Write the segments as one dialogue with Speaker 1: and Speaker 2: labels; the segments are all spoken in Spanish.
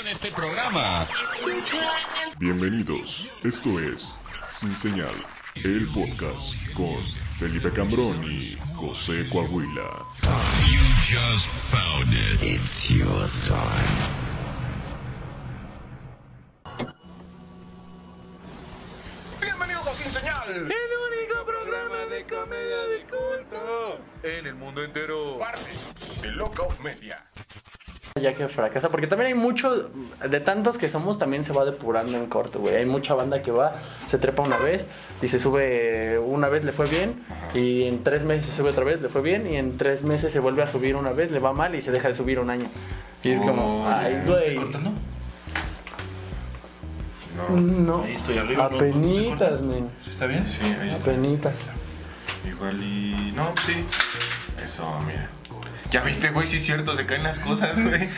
Speaker 1: en este programa.
Speaker 2: Bienvenidos, esto es Sin Señal, el podcast con Felipe Cambrón y José Coahuila.
Speaker 3: You just found it. It's your time.
Speaker 4: Bienvenidos a Sin Señal,
Speaker 5: único programa de comedia de culto.
Speaker 4: en el mundo entero, parte de Lockout Media.
Speaker 6: Ya que fracasa, porque también hay mucho, de tantos que somos, también se va depurando en corto, güey. Hay mucha banda que va, se trepa una vez y se sube una vez, le fue bien, y en tres meses se sube otra vez, le fue bien, y en tres meses se vuelve a subir una vez, le va mal y se deja de subir un año. Y es como, ay, güey.
Speaker 4: No,
Speaker 6: No,
Speaker 5: Ahí estoy arriba. ¿no?
Speaker 6: apenitas, men.
Speaker 5: ¿Sí ¿Está bien?
Speaker 4: sí, ahí está.
Speaker 6: Apenitas.
Speaker 4: Igual y. No, sí. Eso, mira. Ya viste, güey, sí es cierto, se caen las cosas, güey.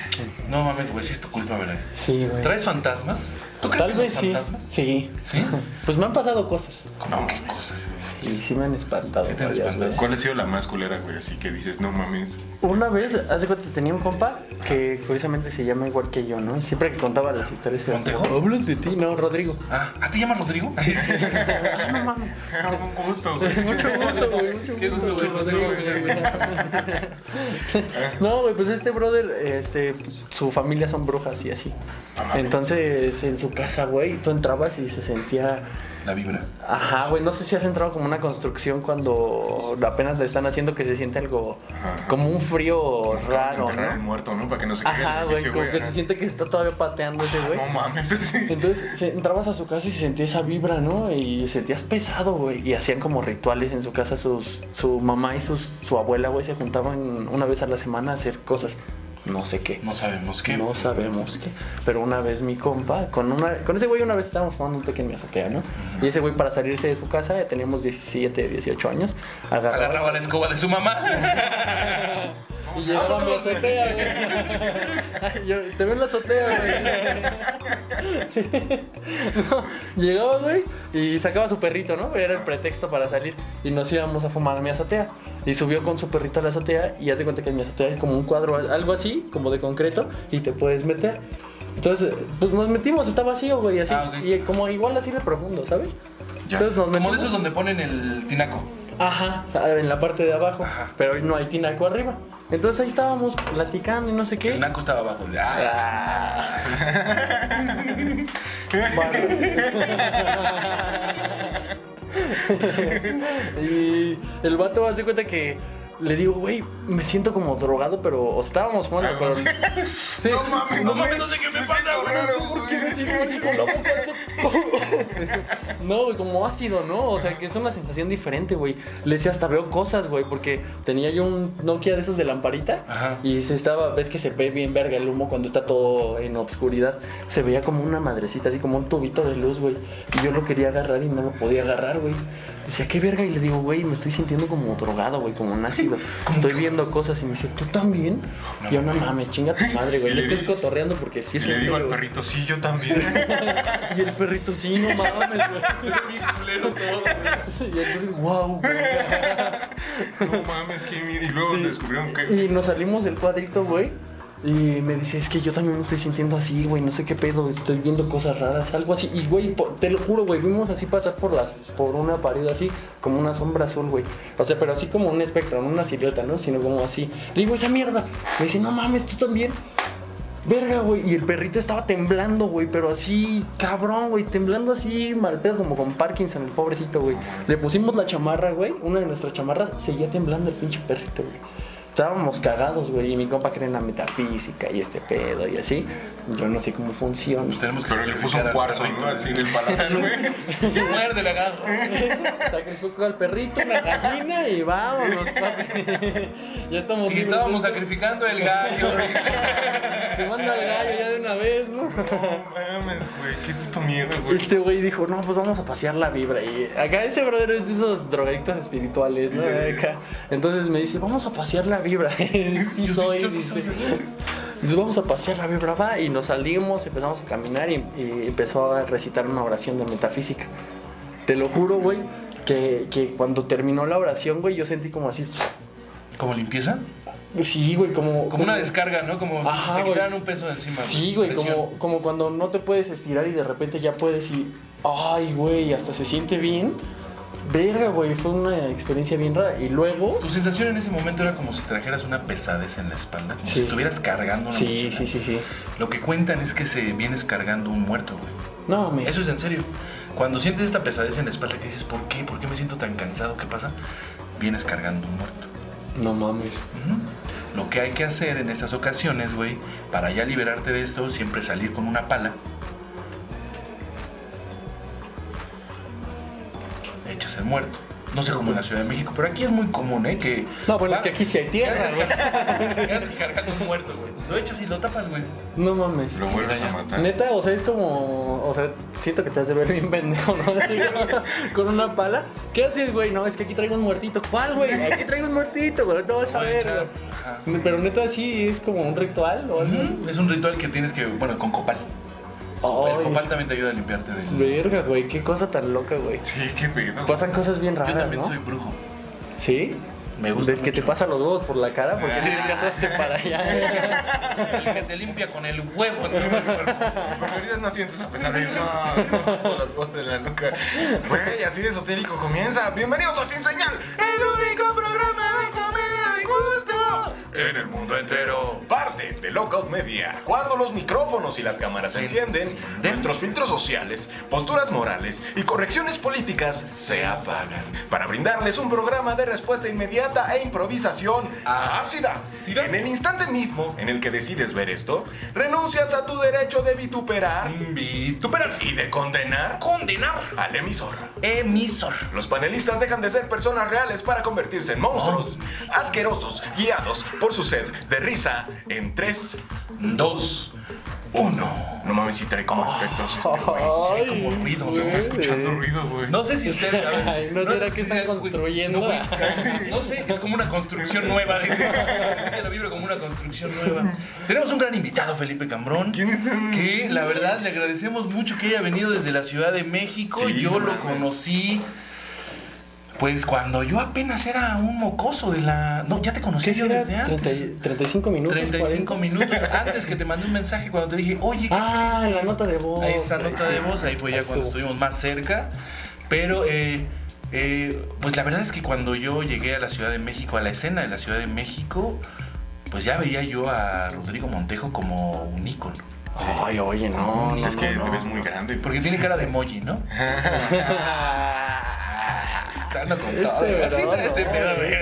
Speaker 5: No mames, güey, sí es tu culpa, ¿verdad?
Speaker 6: Sí, güey.
Speaker 5: ¿Traes fantasmas? ¿Tú crees
Speaker 6: Tal
Speaker 5: en
Speaker 6: vez
Speaker 5: los
Speaker 6: sí.
Speaker 5: fantasmas?
Speaker 6: Sí.
Speaker 5: ¿Sí?
Speaker 6: Pues me han pasado cosas.
Speaker 4: No, qué cosas, güey.
Speaker 6: Sí, sí me han espantado.
Speaker 5: ¿Qué te han
Speaker 6: varias
Speaker 5: espantado?
Speaker 6: veces.
Speaker 4: ¿Cuál ha sido la más culera, güey? Así que dices, no mames.
Speaker 6: Una vez, hace cuenta, tenía un compa que curiosamente se llama igual que yo, ¿no? Y Siempre que contaba las historias era
Speaker 5: ¿Montejo?
Speaker 6: como, ¿Hablas de ti? No, Rodrigo.
Speaker 5: Ah, ¿a ti llamas Rodrigo? Sí, sí.
Speaker 6: Ah, no mames.
Speaker 4: Un gusto, güey.
Speaker 6: Mucho gusto, güey. Mucho
Speaker 5: Qué gusto, güey, Rodrigo.
Speaker 6: No, güey, pues este brother, este, su familia son brujas y así.
Speaker 5: Ah,
Speaker 6: Entonces, en su casa, güey, tú entrabas y se sentía...
Speaker 5: La vibra.
Speaker 6: Ajá, güey, no sé si has entrado como una construcción cuando apenas le están haciendo que se siente algo... Como un frío raro,
Speaker 4: Enterrar el
Speaker 6: ¿no?
Speaker 4: muerto, ¿no? Para que no se caiga
Speaker 6: Ajá,
Speaker 4: el
Speaker 6: güey,
Speaker 4: edificio,
Speaker 6: como que
Speaker 4: ajá.
Speaker 6: se siente que está todavía pateando ese güey.
Speaker 4: No mames, sí.
Speaker 6: Entonces se- entrabas a su casa y se sentía esa vibra, ¿no? Y sentías pesado, güey. Y hacían como rituales en su casa. Sus, su mamá y sus, su abuela, güey, se juntaban una vez a la semana a hacer cosas. No sé qué.
Speaker 5: No sabemos qué.
Speaker 6: No sabemos qué. Pero una vez mi compa, con, una, con ese güey una vez estábamos fumando un teque en mi azotea, ¿no? Y ese güey para salirse de su casa, ya teníamos 17, 18 años,
Speaker 5: Agarraba
Speaker 6: agarraba
Speaker 5: la escoba de su mamá.
Speaker 6: y
Speaker 5: Ah,
Speaker 6: llegaba a mi azotea, güey. Ay, yo- Te veo en la azotea, güey. Sí. No, llegaba, güey, y sacaba a su perrito, ¿no? Era el pretexto para salir. Y nos íbamos a fumar a mi azotea. Y subió con su perrito a la azotea. Y hace cuenta que en mi azotea hay como un cuadro, algo así, como de concreto. Y te puedes meter. Entonces, pues nos metimos, está vacío, güey, así.
Speaker 5: Ah, ok.
Speaker 6: Y como igual así de profundo, ¿sabes?
Speaker 4: Ya.
Speaker 6: Entonces nos
Speaker 5: Como de
Speaker 6: metimos.
Speaker 5: esos donde ponen el tinaco.
Speaker 6: Ajá, en la parte de abajo,
Speaker 5: Ajá.
Speaker 6: pero no hay tinaco arriba. Entonces ahí estábamos platicando y no sé
Speaker 5: El
Speaker 6: qué.
Speaker 5: tinaco estaba abajo. Ah,
Speaker 6: Ah. y el vato hace cuenta que le digo, güey, me siento como drogado, pero o estábamos fumando, pero. Sí.
Speaker 4: No mames, no mames,
Speaker 5: no sé qué me
Speaker 4: me
Speaker 5: pasa,
Speaker 4: siento
Speaker 5: güey,
Speaker 4: raro,
Speaker 6: ¿Por qué
Speaker 4: güey.
Speaker 6: me siento así con la boca así? No, güey, como ácido, ¿no? O sea, que es una sensación diferente, güey. Le decía, hasta veo cosas, güey, porque tenía yo un Nokia de esos de lamparita
Speaker 5: Ajá.
Speaker 6: y se estaba, ves que se ve bien verga el humo cuando está todo en obscuridad. Se veía como una madrecita, así como un tubito de luz, güey. Y yo lo quería agarrar y no lo podía agarrar, güey. Decía, qué verga, y le digo, güey, me estoy sintiendo como drogado, güey, como un ácido. Estoy viendo cosas y me dice, ¿tú también?
Speaker 5: No,
Speaker 6: yo, no mames, chinga tu madre, güey.
Speaker 4: Y
Speaker 6: Le
Speaker 4: le
Speaker 6: estés
Speaker 4: di-
Speaker 6: cotorreando porque sí
Speaker 4: Y
Speaker 6: es
Speaker 4: le
Speaker 6: en
Speaker 4: digo al
Speaker 6: serio, güey.
Speaker 4: perrito, sí, yo también.
Speaker 6: Y el perrito, sí, no mames, güey. Y el perrito, wow,
Speaker 4: No mames, Kimi. Y luego descubrieron que.
Speaker 6: güey. Y nos salimos del cuadrito, güey. Y me dice, es que yo también me estoy sintiendo así, güey, no sé qué pedo, estoy viendo cosas raras, algo así. Y, güey, po- te lo juro, güey, vimos así pasar por las por una pared así, como una sombra azul, güey. O sea, pero así como un espectro, no una silueta, ¿no? Sino como así. Le digo, esa mierda. Me dice, no mames, tú también. Verga, güey, y el perrito estaba temblando, güey, pero así, cabrón, güey, temblando así, mal pedo, como con Parkinson, el pobrecito, güey. Le pusimos la chamarra, güey, una de nuestras chamarras, seguía temblando el pinche perrito, güey. Estábamos cagados, güey, y mi compa cree en la metafísica y este pedo y así. Yo no sé cómo funciona.
Speaker 5: pues tenemos que
Speaker 4: Pero le puso un cuarzo, ¿no? Así en el paladar, güey.
Speaker 5: Muerde la gajo.
Speaker 6: Sacrificó al perrito, una gallina y vámonos, papi. ya estamos
Speaker 5: Y
Speaker 6: libres,
Speaker 5: estábamos
Speaker 6: ¿no?
Speaker 5: sacrificando el gallo.
Speaker 6: Te mando al gallo ya de una vez, ¿no?
Speaker 4: No mames, güey. Qué puto miedo,
Speaker 6: Y
Speaker 4: güey.
Speaker 6: Este güey dijo, no, pues vamos a pasear la vibra. Y acá ese brother es de esos drogadictos espirituales, ¿no? De acá. Entonces me dice, vamos a pasear la vibra. sí
Speaker 5: Yo sí,
Speaker 6: soy,
Speaker 5: yo sí
Speaker 6: dice.
Speaker 5: soy, yo sí.
Speaker 6: Entonces vamos a pasear la vibra, va. Y nos salimos, empezamos a caminar y, y empezó a recitar una oración de metafísica. Te lo juro, güey, que, que cuando terminó la oración, güey, yo sentí como así...
Speaker 5: ¿Cómo limpieza?
Speaker 6: Sí, güey, como.
Speaker 1: Como una descarga, ¿no? Como si
Speaker 6: Ajá,
Speaker 1: te
Speaker 6: güey.
Speaker 1: quitaran un peso de encima.
Speaker 6: Sí, güey,
Speaker 1: Presión.
Speaker 6: como, como cuando no te puedes estirar y de repente ya puedes y. Ay, güey, hasta se siente bien. Verga, güey, fue una experiencia bien rara. Y luego.
Speaker 1: Tu sensación en ese momento era como si trajeras una pesadez en la espalda, como
Speaker 6: Sí.
Speaker 1: si estuvieras cargando una
Speaker 6: Sí,
Speaker 1: mochila.
Speaker 6: sí, sí, sí.
Speaker 1: Lo que cuentan es que se vienes cargando un muerto, güey.
Speaker 6: No, me.
Speaker 1: Eso es en serio. Cuando sientes esta pesadez en la espalda que dices, ¿por qué? ¿Por qué me siento tan cansado? ¿Qué pasa? Vienes cargando un muerto.
Speaker 6: No mames.
Speaker 1: Ujú. Lo que hay que hacer en estas ocasiones, güey, para ya liberarte de esto, siempre salir con una pala. Echas el muerto. No sé cómo en la Ciudad de México, pero aquí es muy común, ¿eh? Que
Speaker 6: No, bueno,
Speaker 1: Va-
Speaker 6: es que aquí sí hay tierra, güey.
Speaker 1: Llegas descargando un muerto, güey. Lo echas y lo tapas, güey.
Speaker 6: No mames.
Speaker 4: Lo vuelves a matar.
Speaker 6: Neta, o sea, es como. O sea, siento que te has de ver bien pendejo, ¿no? Así, con una pala. ¿Qué haces, güey? No, es que aquí traigo un muertito. ¿Cuál, güey? Aquí traigo un muertito, güey. No vas a
Speaker 1: Voy a
Speaker 6: ver,
Speaker 1: echar.
Speaker 6: güey.
Speaker 1: Ajá.
Speaker 6: Pero neta, sí es como un ritual o algo así.
Speaker 1: Ujú. Es un ritual que tienes que, bueno, con copal. El
Speaker 6: Ay,
Speaker 1: copal también te ayuda a limpiarte del.
Speaker 6: Verga, güey. Qué cosa tan loca, güey.
Speaker 4: Sí, qué pedo.
Speaker 6: Pasan cosas bien
Speaker 1: Yo
Speaker 6: raras,
Speaker 1: también
Speaker 6: ¿no?
Speaker 1: soy brujo.
Speaker 6: ¿Sí?
Speaker 1: Me gusta.
Speaker 6: Del que te
Speaker 1: mucho.
Speaker 6: pasa los huevos por la cara porque te casaste para allá.
Speaker 1: El que te limpia con el huevo. en todo el cuerpo.
Speaker 4: Porque ahorita no sientes a pesar de no, con las cosas en la nuca. Güey, así de esotérico comienza. Bienvenidos a Sin Señal, el único programa de comedia de culto en el mundo entero. Parte de Lockout Media. Cuando los micrófonos y las cámaras se encienden, nuestros filtros sociales, posturas morales y correcciones políticas se apagan para brindarles un programa de respuesta inmediata e improvisación ácida. En el instante mismo en el que decides ver esto, renuncias a tu derecho de vituperar y de condenar
Speaker 1: Condenado.
Speaker 4: al emisor.
Speaker 1: Emisor.
Speaker 4: Los panelistas dejan de ser personas reales para convertirse en monstruos asquerosos, guiados por su sed de risa en 3, 2, 1. No mames, si trae como espectros este güey.
Speaker 1: Hay como ruidos.
Speaker 6: Se
Speaker 4: Está escuchando ruidos, güey.
Speaker 1: No sé si usted. a ver,
Speaker 6: Ay, ¿no será que
Speaker 1: si
Speaker 6: están
Speaker 1: sea-
Speaker 6: construyendo?
Speaker 1: No, güey, no sé, es como una construcción nueva. dice. Lo vibro como una construcción nueva. Tenemos un gran invitado, Felipe Cambrón.
Speaker 4: ¿Quién es? este?
Speaker 1: Que la verdad le agradecemos mucho que haya venido desde la Ciudad de México.
Speaker 4: Sí,
Speaker 1: yo
Speaker 4: no
Speaker 1: lo
Speaker 4: mames.
Speaker 1: conocí. Pues cuando yo apenas era un mocoso de la. No, ya te conocí
Speaker 6: ¿Qué
Speaker 1: yo
Speaker 6: será?
Speaker 1: desde antes.
Speaker 6: 30 35 minutos.
Speaker 1: 35
Speaker 6: 40.
Speaker 1: minutos antes que te mandé un mensaje cuando te dije, oye, ¿qué
Speaker 6: Ah, la nota de voz.
Speaker 1: Ahí esa nota de
Speaker 6: Sí.
Speaker 1: voz, ahí fue ya
Speaker 6: Ahí
Speaker 1: cuando
Speaker 6: estuvo.
Speaker 1: estuvimos más cerca. Pero, eh, eh, pues la verdad es que cuando yo llegué a la Ciudad de México, a la escena de la Ciudad de México, pues ya veía yo a Rodrigo Montejo como un ícono.
Speaker 6: Ay, oye, no, no.
Speaker 4: es que
Speaker 6: no,
Speaker 4: te
Speaker 6: no.
Speaker 4: ves muy grande.
Speaker 1: Porque tiene cara de emoji, ¿no? Está no con todo.
Speaker 6: Este
Speaker 1: Así está
Speaker 6: verano,
Speaker 1: este pedo, güey.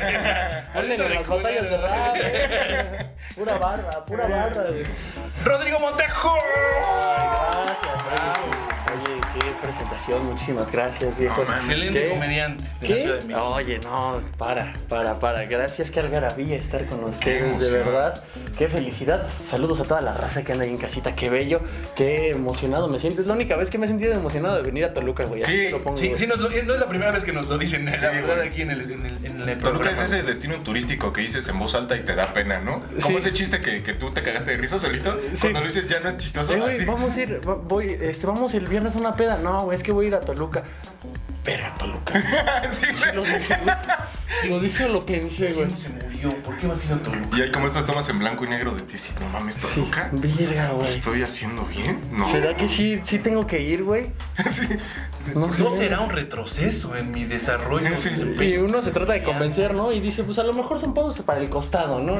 Speaker 6: Ándale, las batallas de rap. eh. Pura barra, pura barra. güey.
Speaker 1: ¡Rodrigo Montejo!
Speaker 6: Gracias, oye. Oye, qué presentación, muchísimas gracias, viejos.
Speaker 1: Excelente
Speaker 6: ¿Qué?
Speaker 1: comediante de la Ciudad de
Speaker 6: ¿Qué?
Speaker 1: México.
Speaker 6: Oye, no, para, para, para. Gracias, que algarabía estar con ustedes, de
Speaker 4: emoción.
Speaker 6: verdad. Qué felicidad. Saludos a toda la raza que anda ahí en casita. Qué bello, qué emocionado me siento. Es la única vez que me he sentido emocionado de venir a Toluca, güey. Así
Speaker 4: Sí,
Speaker 6: te lo pongo,
Speaker 1: Sí,
Speaker 6: güey.
Speaker 1: sí, nos lo- eh, no es la primera vez que nos lo dicen, la verdad,
Speaker 4: güey.
Speaker 1: aquí en el, en el, en el
Speaker 4: Toluca es
Speaker 1: programa.
Speaker 4: ese destino turístico que dices en voz alta y te da pena, ¿no?
Speaker 6: Sí.
Speaker 4: Como ese chiste que, que tú te cagaste de risa solito.
Speaker 6: Sí.
Speaker 4: Cuando lo dices ya no es chistoso.
Speaker 6: Eh, güey,
Speaker 4: así.
Speaker 6: vamos a ir, va- voy, este, vamos el viernes a una peda. No, güey, es que voy a ir a Toluca. Verga, Toluca.
Speaker 4: Sí, güey.
Speaker 6: Lo dije, güey. Lo dije o lo pensé, güey.
Speaker 1: se murió? ¿Por qué vas a ir a Toluca?
Speaker 4: Y hay como estas tomas en blanco y negro de ti. así, no mames,
Speaker 6: Sí,
Speaker 4: Toluca.
Speaker 6: verga, güey.
Speaker 4: ¿Estoy haciendo bien? No.
Speaker 6: ¿Será que sí, sí tengo que ir, güey?
Speaker 4: Sí.
Speaker 6: No sé.
Speaker 1: No será un retroceso en mi desarrollo.
Speaker 4: Sí.
Speaker 6: Y uno se trata de convencer, ¿no? Y dice, pues a lo mejor son pasos para el costado, ¿no?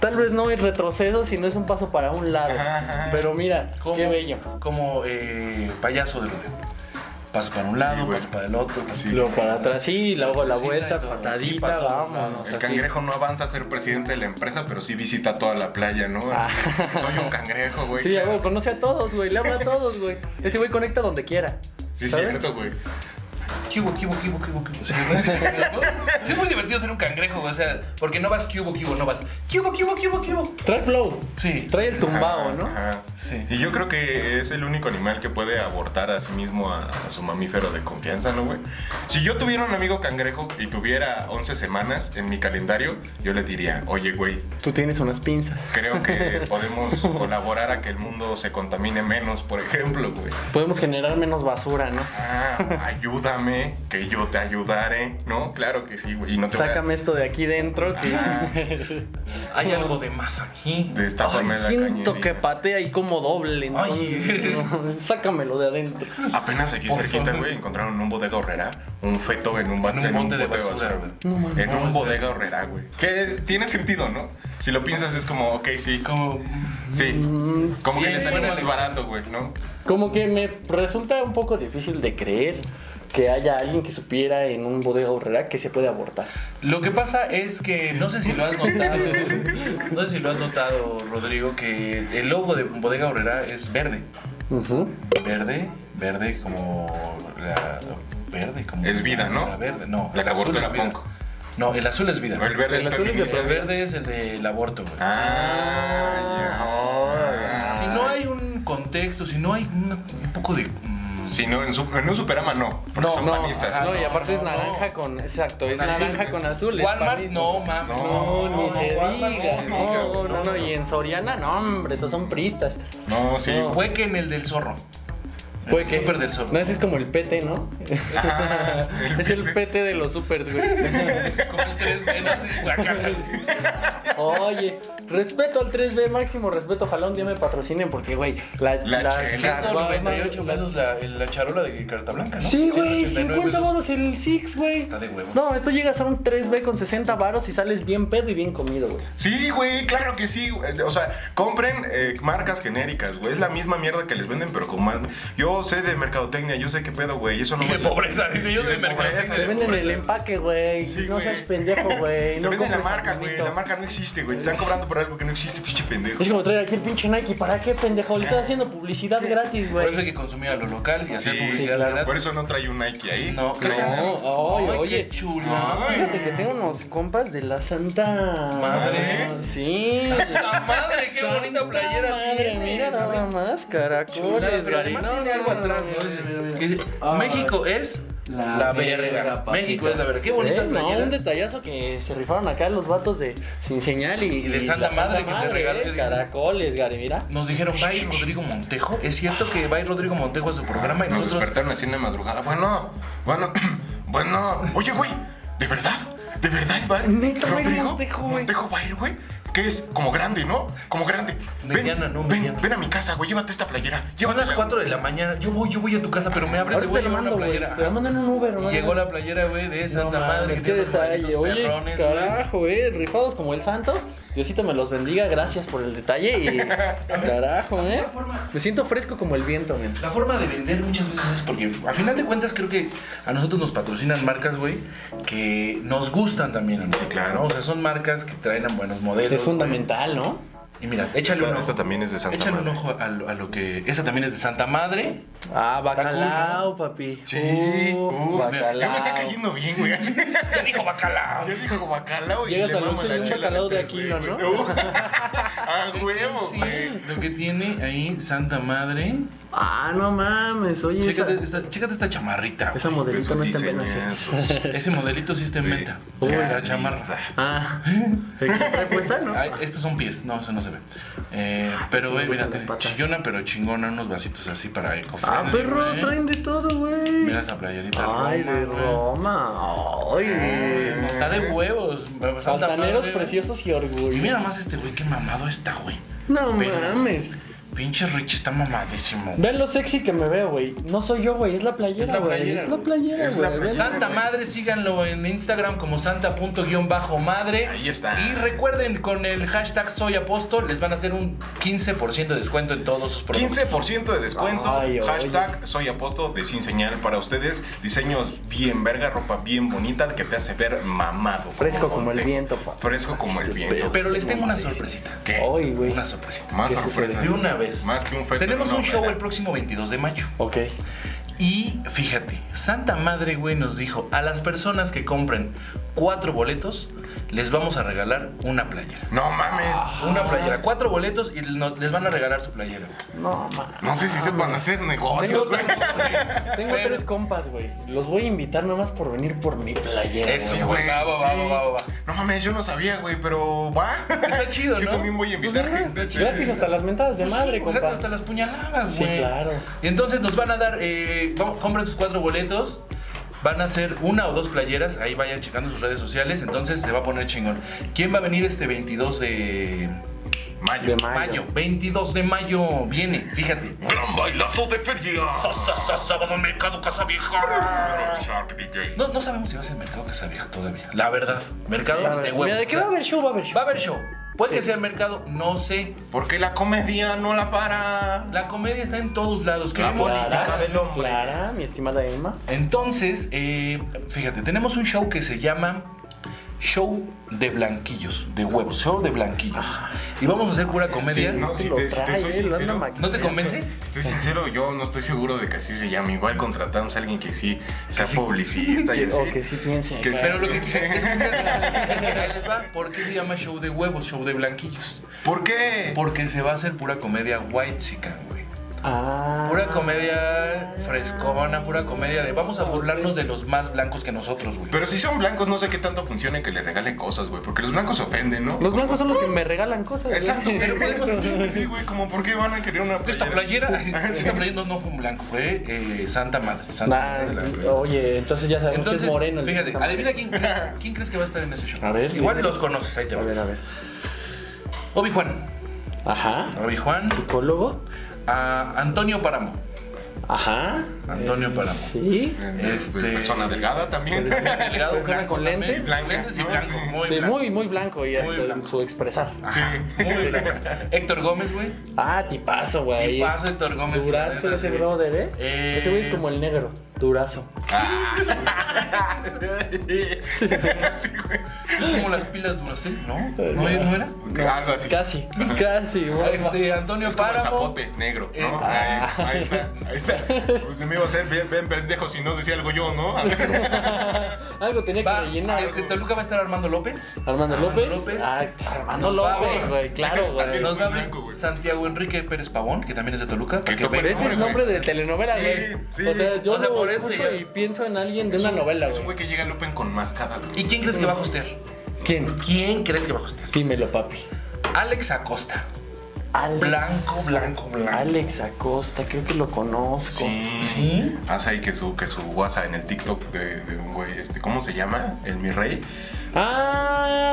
Speaker 6: Tal vez no hay retroceso, sino es un paso para un lado.
Speaker 4: Ajá, ajá.
Speaker 6: Pero mira,
Speaker 1: Como-
Speaker 6: qué bello.
Speaker 1: Como eh, payaso de rodeo. Paso para un lado,
Speaker 4: Sí, güey.
Speaker 1: paso para el otro. paso
Speaker 4: Sí.
Speaker 6: Luego para atrás, sí, y luego la
Speaker 1: Sí,
Speaker 6: vuelta,
Speaker 1: todo. Sí,
Speaker 6: patadita,
Speaker 1: para todos
Speaker 6: vámonos.
Speaker 1: lados.
Speaker 4: El
Speaker 6: así.
Speaker 4: cangrejo no avanza a ser presidente de la empresa, pero sí visita toda la playa, ¿no? Así, Soy un cangrejo, güey.
Speaker 6: Ah. Sí, ya, güey, conoce a todos, güey, le habla a todos, güey. Ese güey conecta donde quiera.
Speaker 4: Sí,
Speaker 6: ¿sabes?
Speaker 4: cierto, güey.
Speaker 1: ¿Qué hubo, qué hubo, qué hubo, qué hubo, qué hubo? Sí, ¿no? Sí, es muy divertido ser un cangrejo, o sea, porque no vas que hubo, que hubo, no vas que hubo, que hubo, que hubo, que hubo.
Speaker 6: Trae flow.
Speaker 1: Sí.
Speaker 6: Trae el tumbao, ¿no?
Speaker 4: Ajá.
Speaker 1: Sí.
Speaker 4: Y yo creo que es el único animal que puede abortar a sí mismo a, a su mamífero de confianza, ¿no, güey? Si yo tuviera un amigo cangrejo y tuviera 11 semanas en mi calendario, yo le diría, oye, güey,
Speaker 6: Tú tienes unas pinzas.
Speaker 4: creo que podemos colaborar a que el mundo se contamine menos, por ejemplo, güey.
Speaker 6: Podemos generar menos basura, ¿no?
Speaker 4: Ah, ayúdame. ayudaré, que yo te ayudaré, ¿no? Claro que sí, güey. Y no te voy a-
Speaker 6: Sácame esto de aquí dentro que
Speaker 1: Hay algo de más aquí.
Speaker 4: Destápame
Speaker 6: Ay,
Speaker 4: la
Speaker 6: siento que
Speaker 4: cañería.
Speaker 6: patea y como doble. entonces, no, sácamelo de adentro.
Speaker 4: Apenas aquí
Speaker 1: Por
Speaker 4: cerquita,
Speaker 1: favor.
Speaker 4: güey, encontraron en un bodega horrera un feto en un,
Speaker 1: En
Speaker 4: bate,
Speaker 1: un
Speaker 4: en un
Speaker 1: bote de
Speaker 4: bote de
Speaker 1: basura,
Speaker 4: basura.
Speaker 1: güey.
Speaker 4: güey.
Speaker 6: No mames.
Speaker 4: en un
Speaker 1: No, o sea-
Speaker 4: bodega horrera, güey. Que es- tiene sentido, ¿no? Si lo piensas es como, ok, sí,
Speaker 1: Como, Mm,
Speaker 4: sí. Como que
Speaker 1: sí,
Speaker 4: le salió
Speaker 1: buena
Speaker 4: más
Speaker 1: elección.
Speaker 4: barato, güey, ¿no?
Speaker 6: Como que me resulta un poco difícil de creer que haya alguien que supiera en un bodega horrera que se puede abortar.
Speaker 1: Lo que pasa es que no sé si lo has notado, no sé si lo has notado, Rodrigo, que el logo de Bodega Horrera es verde,
Speaker 6: Ujú.
Speaker 1: verde, verde como la verde como
Speaker 4: Es vida, ¿no?
Speaker 1: La verde, no.
Speaker 4: La
Speaker 1: el
Speaker 4: que
Speaker 1: azul
Speaker 4: abortó
Speaker 1: es
Speaker 4: la
Speaker 1: vida.
Speaker 4: punk.
Speaker 1: No, el azul es vida.
Speaker 4: El verde
Speaker 6: El
Speaker 4: es
Speaker 6: azul es de
Speaker 4: feminista.
Speaker 1: El verde es el del aborto, güey.
Speaker 4: Ah, ya. ahora.
Speaker 1: Si no hay un contexto, si no hay un, un poco de mm,
Speaker 4: Si no, en, su- en un Superama no, porque son panistas.
Speaker 1: ajá,
Speaker 6: no, y aparte es
Speaker 1: no,
Speaker 6: naranja con. Exacto, es
Speaker 1: Azul.
Speaker 6: naranja con azul. es
Speaker 1: Walmart,
Speaker 6: panista.
Speaker 1: no mames.
Speaker 6: No, ni se
Speaker 4: Walmart no
Speaker 6: diga.
Speaker 4: se diga,
Speaker 6: No,
Speaker 4: güey,
Speaker 6: no, no. Y en Soriana, no, hombre, esos son pristas.
Speaker 4: No, sí.
Speaker 6: No.
Speaker 4: güey.
Speaker 1: Fue que en el del zorro. En
Speaker 6: Puede
Speaker 1: el
Speaker 6: que.
Speaker 1: Súper del zorro.
Speaker 6: No, ese es como el PT, ¿no?
Speaker 4: Ah, el
Speaker 6: es el PT de los supers, güey.
Speaker 1: Es como el 3D, no Guacala.
Speaker 6: Oye, respeto al 3B, máximo respeto. Ojalá un día me patrocinen porque, güey, la.
Speaker 4: La chela.
Speaker 1: 198
Speaker 6: la-
Speaker 1: pesos la, la charola de carta blanca, ¿no?
Speaker 6: Sí, güey,
Speaker 1: 189
Speaker 6: 50
Speaker 1: pesos.
Speaker 6: varos el Six, güey.
Speaker 1: Está de huevos.
Speaker 6: No, esto llegas a un 3B con 60 varos y sales bien pedo y bien comido, güey.
Speaker 4: Sí, güey, claro que sí. güey. O sea, compren eh, marcas genéricas, güey. Es la misma mierda que les venden, pero con más. Yo sé de mercadotecnia, yo sé qué pedo, güey. Eso no
Speaker 1: Y de
Speaker 4: vale.
Speaker 1: pobreza, dice yo
Speaker 4: Y
Speaker 1: de mercado.
Speaker 4: pobreza,
Speaker 6: Te
Speaker 4: de
Speaker 6: venden el
Speaker 4: pobreza.
Speaker 6: empaque, güey.
Speaker 4: Sí,
Speaker 6: no
Speaker 4: güey.
Speaker 6: seas pendejo, güey.
Speaker 4: Te
Speaker 6: No
Speaker 4: venden la
Speaker 6: compres
Speaker 4: marca, güey.
Speaker 6: tanito.
Speaker 4: La marca no existe, güey. Te están cobrando por algo que no existe, pinche pendejo.
Speaker 6: Es como traer aquí el pinche Nike. ¿Para qué, pendejo? Le estás haciendo publicidad gratis,
Speaker 1: Por eso hay
Speaker 6: güey.
Speaker 1: que consumir a lo local y hacer
Speaker 4: Sí,
Speaker 1: publicidad
Speaker 6: claro.
Speaker 1: gratis.
Speaker 4: Por eso no trae un Nike ahí.
Speaker 1: No,
Speaker 4: trae
Speaker 1: creo que
Speaker 6: No,
Speaker 4: un-
Speaker 6: oye,
Speaker 1: Ay,
Speaker 6: oye.
Speaker 1: qué
Speaker 4: Pues,
Speaker 1: chulo.
Speaker 6: No, Fíjate que tengo unos compas de la Santa
Speaker 1: Madre.
Speaker 6: Sí.
Speaker 1: ¡La madre! ¡Qué
Speaker 6: Santa
Speaker 1: bonita playera
Speaker 6: madre,
Speaker 1: tiene!
Speaker 6: Mira nada más,
Speaker 1: Chulada,
Speaker 6: caracoles,
Speaker 1: pero además
Speaker 6: güey.
Speaker 1: tiene
Speaker 6: No,
Speaker 1: algo
Speaker 6: no,
Speaker 1: atrás,
Speaker 6: no,
Speaker 1: ¿no?
Speaker 6: mira, mira, mira.
Speaker 1: Que dice,
Speaker 6: Ah,
Speaker 1: México es la, verga.
Speaker 6: papito.
Speaker 1: México es la verga. Qué bonita
Speaker 6: Eh, no,
Speaker 1: playera.
Speaker 6: un detallazo que se rifaron acá los vatos de Sin Señal y,
Speaker 1: Y de Santa
Speaker 6: la
Speaker 1: Madre que te regalé.
Speaker 6: eh, Caracoles, Gary, mira.
Speaker 1: Nos dijeron, ¿va a ir Rodrigo Montejo? ¿Es cierto que va a ir Rodrigo Montejo a su programa? Y
Speaker 4: Nos
Speaker 1: nosotros...
Speaker 4: despertaron así en la madrugada. Bueno, bueno, bueno. Oye, güey, ¿de verdad? ¿De verdad va a ir?
Speaker 6: Neta, va a ir
Speaker 4: Rodrigo?
Speaker 6: Montejo, güey.
Speaker 4: Montejo va a ir, güey. Que es como grande, ¿no? Como grande.
Speaker 1: Mediana, no,
Speaker 4: ven,
Speaker 1: mediana.
Speaker 4: ven a mi casa, güey. Llévate esta playera.
Speaker 1: Son
Speaker 4: Llévate
Speaker 1: las 4 de la mañana. Yo voy, yo voy a tu casa, pero me abres, te
Speaker 6: Ahorita
Speaker 1: voy
Speaker 6: te lo
Speaker 1: a llevar una
Speaker 6: mando, güey.
Speaker 1: playera.
Speaker 6: Te la mandan en un Uber, ¿no?
Speaker 1: Y llegó la playera, güey, de
Speaker 6: No
Speaker 1: Santa Madre.
Speaker 6: mames,
Speaker 1: que
Speaker 6: qué
Speaker 1: tiene unos
Speaker 6: detalle.
Speaker 1: cuadritos
Speaker 6: Oye,
Speaker 1: perrones, güey.
Speaker 6: carajo, eh. Rifados como el santo. Diosito me los bendiga. Gracias por el detalle. Y carajo, eh. Me siento fresco como el viento, men.
Speaker 1: La forma de vender muchas veces es porque, a final de cuentas, creo que a nosotros nos patrocinan marcas, güey, que nos gustan también. a nosotros,
Speaker 4: claro.
Speaker 1: ¿no? O sea, son marcas que traen a buenos modelos.
Speaker 6: Es fundamental, ¿no?
Speaker 1: güey. Y mira, échale un
Speaker 4: Esta,
Speaker 1: ojo.
Speaker 4: esta también es de Santa
Speaker 1: échale
Speaker 4: Madre.
Speaker 1: un ojo a lo, a lo que. Esa también es de Santa Madre.
Speaker 6: Ah,
Speaker 1: bacalao,
Speaker 6: bacalao, papi.
Speaker 4: Sí, uf, ya me está
Speaker 6: bacalao.
Speaker 4: cayendo bien, güey. Así.
Speaker 1: Ya dijo bacalao.
Speaker 4: Yo digo bacalao y
Speaker 6: Llegas
Speaker 4: le
Speaker 6: al
Speaker 4: mamo
Speaker 6: Oxxo y
Speaker 4: la
Speaker 6: un
Speaker 4: chela
Speaker 6: bacalao de
Speaker 4: tres,
Speaker 6: aquí,
Speaker 4: güey.
Speaker 6: ¿no?
Speaker 4: Uh, A huevo,
Speaker 1: Sí,
Speaker 4: güey.
Speaker 1: lo que tiene ahí Santa Madre.
Speaker 6: Ah, no mames. Oye, esa,
Speaker 1: Chécate esta, chécate esta chamarrita. güey.
Speaker 6: esa modelito
Speaker 4: Esos
Speaker 6: no está en ¿eh?
Speaker 4: diseñazos.
Speaker 6: Venecia.
Speaker 1: Ese modelito sí está en venta.
Speaker 4: Uy,
Speaker 1: la chamarra.
Speaker 6: Ah, ¿qué trae puesta, no?
Speaker 1: Ay, estos son pies, no, eso no se ve. Eh, pero,
Speaker 6: sí
Speaker 1: güey,
Speaker 6: me gustan
Speaker 1: mira,
Speaker 6: las patas.
Speaker 1: chillona pero chingona, unos vasitos así para eco ¿eh?
Speaker 6: Ah, perros, traen de todo, güey.
Speaker 1: Mira esa playerita.
Speaker 6: Ay, de
Speaker 1: güey.
Speaker 6: Roma. Ay,
Speaker 1: Está de huevos. Santa
Speaker 6: altaneros
Speaker 1: madre.
Speaker 6: preciosos y
Speaker 1: Y mira
Speaker 6: orgullosos.
Speaker 1: más este güey, qué mamado está, güey.
Speaker 6: No
Speaker 1: Pero-
Speaker 6: mames.
Speaker 1: Pinche Rich está mamadísimo.
Speaker 6: Vean lo sexy que me veo, güey. No soy yo, güey. Es la
Speaker 1: Es
Speaker 6: playera,
Speaker 1: la
Speaker 6: güey.
Speaker 1: playera,
Speaker 6: Es la
Speaker 1: güey.
Speaker 6: playera,
Speaker 4: Es la
Speaker 6: güey.
Speaker 4: playera.
Speaker 1: Santa Madre, síganlo en Instagram como santa.-madre.
Speaker 4: Ahí está.
Speaker 1: Y recuerden, con el hashtag soy apóstol, les van a hacer un 15% de descuento en todos sus productos.
Speaker 4: 15% de descuento.
Speaker 6: Ay, oye.
Speaker 4: hashtag soy apóstol de sin señal para ustedes. Diseños bien verga, ropa bien bonita que te hace ver mamado.
Speaker 6: Fresco como el
Speaker 4: monte.
Speaker 6: viento, papá.
Speaker 4: Fresco como el viento.
Speaker 1: Pero les tengo una sorpresita.
Speaker 4: ¿Qué?
Speaker 6: Ay, güey.
Speaker 1: Una sorpresita.
Speaker 4: Más
Speaker 6: ¿Qué
Speaker 4: sorpresas.
Speaker 1: De una vez.
Speaker 4: Más que un feto.
Speaker 1: Tenemos
Speaker 4: no,
Speaker 1: un show
Speaker 4: ¿verdad?
Speaker 1: el próximo 22 de mayo.
Speaker 6: Ok.
Speaker 1: Y fíjate, Santa Madre, güey, nos dijo, a las personas que compren cuatro boletos, les vamos a regalar una playera.
Speaker 4: No mames.
Speaker 6: Ah.
Speaker 1: Una playera, cuatro boletos y no- les van a regalar su playera. güey.
Speaker 6: No mames.
Speaker 4: No sé si sepan hacer
Speaker 6: Tengo,
Speaker 4: negocios, güey.
Speaker 6: tengo
Speaker 1: Pero-
Speaker 6: tres compas, güey. Los voy a invitar nomás por venir por mi playera.
Speaker 1: Eso,
Speaker 4: Sí,
Speaker 6: güey.
Speaker 4: güey.
Speaker 1: Va, va,
Speaker 4: sí.
Speaker 1: va, va, va, va.
Speaker 4: No mames, yo no sabía, güey, pero va.
Speaker 1: Está chido,
Speaker 4: Yo
Speaker 1: ¿no?
Speaker 4: también voy a invitar
Speaker 6: Pues mira,
Speaker 4: gente.
Speaker 6: Gratis hasta las mentadas de
Speaker 1: Pues sí,
Speaker 6: madre,
Speaker 1: güey,
Speaker 6: compa.
Speaker 1: hasta las puñaladas,
Speaker 6: Sí,
Speaker 1: güey.
Speaker 6: claro.
Speaker 1: Entonces nos van a dar, eh, vamos, compren sus cuatro boletos. Van a ser una o dos playeras, ahí vayan checando sus redes sociales, entonces se va a poner chingón. ¿Quién va a venir este 22 de
Speaker 6: De
Speaker 4: Mayo.
Speaker 6: mayo.
Speaker 1: mayo? 22 de mayo viene, fíjate.
Speaker 4: Gran bailazo de feria.
Speaker 1: Sa, sa, sa, Sábado Mercado Casa Vieja.
Speaker 4: Shark DJ.
Speaker 1: No, no sabemos si va a ser Mercado Casa Vieja todavía. La verdad, Mercado
Speaker 6: A ver,
Speaker 1: de huevos.
Speaker 6: Mira, ¿de qué va a haber show? Va a haber show.
Speaker 1: Va a haber show. Puede que sea el mercado, no sé.
Speaker 4: Porque la comedia no la para.
Speaker 1: La comedia está en todos lados.
Speaker 4: La
Speaker 1: Queremos-
Speaker 4: política
Speaker 6: Clara,
Speaker 4: del hombre.
Speaker 6: Clara, mi estimada Emma.
Speaker 1: Entonces, eh, fíjate, tenemos un show que se llama Show de Blanquillos, de huevos, show de blanquillos. Y vamos a hacer pura comedia.
Speaker 4: Sí, no,
Speaker 6: Este
Speaker 4: si
Speaker 6: lo
Speaker 4: te, si te
Speaker 6: trae,
Speaker 4: soy
Speaker 6: eh, lo anda
Speaker 4: sincero.
Speaker 6: maquillando.
Speaker 1: ¿No te convence?
Speaker 4: Estoy sincero, yo no estoy seguro de que así se llame. Igual contratamos a alguien que sí sea publicista y
Speaker 6: Que-
Speaker 4: así.
Speaker 6: O que sí piense.
Speaker 4: Que
Speaker 6: claro.
Speaker 1: Pero lo que es, es que es que ahí les va, ¿por qué se llama show de huevos, show de blanquillos?
Speaker 4: ¿Por qué?
Speaker 1: Porque se va a hacer pura comedia white chican, güey.
Speaker 6: Ah.
Speaker 1: Pura comedia frescona, pura comedia de vamos a burlarnos de los más blancos que nosotros, güey.
Speaker 4: Pero si son blancos, no sé qué tanto funcione que le regalen cosas, güey. Porque los blancos se ofenden, ¿no?
Speaker 6: Los blancos son los que me regalan cosas. güey.
Speaker 4: Exacto, pero podemos- sí, güey, como por qué van a querer una playera.
Speaker 1: Esta playera,
Speaker 4: Sí.
Speaker 1: esta playera no- no fue un blanco, fue eh, Santa Madre. Santa
Speaker 6: Nah,
Speaker 1: Madre de la Reina.
Speaker 6: oye, entonces ya sabemos que
Speaker 1: Entonces,
Speaker 6: es moreno. el
Speaker 1: fíjate,
Speaker 6: Santa María.
Speaker 1: adivina quién, crees- quién crees que va a estar en ese show.
Speaker 6: A ver,
Speaker 1: Igual
Speaker 6: dime.
Speaker 1: los conoces, ahí te
Speaker 6: A
Speaker 1: va.
Speaker 6: ver, a ver.
Speaker 1: Obi-Juan.
Speaker 6: Ajá.
Speaker 1: Obi-Juan.
Speaker 6: Psicólogo.
Speaker 1: a Antonio Páramo.
Speaker 6: Ajá.
Speaker 1: Antonio Páramo.
Speaker 6: Sí.
Speaker 1: Este-
Speaker 4: Persona delgada también.
Speaker 1: Delgado,
Speaker 6: Persona
Speaker 1: blanco
Speaker 6: con
Speaker 1: también.
Speaker 6: lentes.
Speaker 4: Blanca,
Speaker 1: Lentes y
Speaker 4: ¿no?
Speaker 1: blanco. Muy
Speaker 6: Sí,
Speaker 1: blanco.
Speaker 6: muy, muy blanco y hasta en
Speaker 1: blanco.
Speaker 6: su expresar.
Speaker 4: Sí.
Speaker 1: Muy blanco. Héctor Gómez, güey.
Speaker 6: Ah, tipazo, güey.
Speaker 1: Tipazo Héctor Gómez.
Speaker 6: Durazo
Speaker 1: la neta,
Speaker 6: ese
Speaker 1: sí.
Speaker 6: brother, ¿eh?
Speaker 1: Eh.
Speaker 6: Ese güey es como el negro. Durazo.
Speaker 4: Sí, güey.
Speaker 1: Es como las pilas Duracell, ¿no? ¿No, ¿No era?
Speaker 4: Algo así.
Speaker 6: Casi, casi, güey.
Speaker 1: Este, Antonio
Speaker 4: Es como el
Speaker 1: Páramo.
Speaker 4: zapote negro,
Speaker 1: Eh,
Speaker 4: ¿no?
Speaker 6: ah.
Speaker 4: Ahí, ahí está, ahí está. Pues me iba a hacer bien, bien pendejo si no decía algo yo, ¿no?
Speaker 6: Algo tenía que
Speaker 1: Va,
Speaker 6: rellenar.
Speaker 1: de Toluca va a estar Armando López.
Speaker 6: Armando López.
Speaker 1: López.
Speaker 6: Ah, Armando
Speaker 1: Nos va,
Speaker 6: López,
Speaker 1: güey.
Speaker 6: güey. Claro, güey.
Speaker 4: También
Speaker 1: Nos va a
Speaker 4: blanco,
Speaker 1: abrir
Speaker 4: güey.
Speaker 1: Santiago Enrique Pérez Pavón, que también es de Toluca. para
Speaker 4: Que
Speaker 1: que
Speaker 4: tope-
Speaker 1: vean.
Speaker 6: Pero ese es
Speaker 4: Hombre,
Speaker 6: nombre
Speaker 4: güey.
Speaker 6: de telenovela,
Speaker 4: Sí,
Speaker 6: güey.
Speaker 4: sí.
Speaker 6: O sea, yo
Speaker 1: O sea,
Speaker 6: lo
Speaker 1: por eso
Speaker 6: escucho
Speaker 1: ya-
Speaker 6: y pienso en alguien de una novela,
Speaker 4: Es un
Speaker 6: güey.
Speaker 4: güey que llega al Open con máscara. güey.
Speaker 1: ¿Y quién crees que va a hostear?
Speaker 6: ¿Quién?
Speaker 1: ¿Quién crees que va a hostear?
Speaker 6: Dímelo, papi.
Speaker 1: Alex Acosta.
Speaker 6: Alex.
Speaker 1: Blanco, blanco, blanco.
Speaker 6: Alex Acosta, creo que lo conozco.
Speaker 4: Sí.
Speaker 1: Sí.
Speaker 4: Hace ahí que su, que su WhatsApp en el TikTok de, de un güey, este, ¿cómo se llama? El mi rey.
Speaker 6: Ah,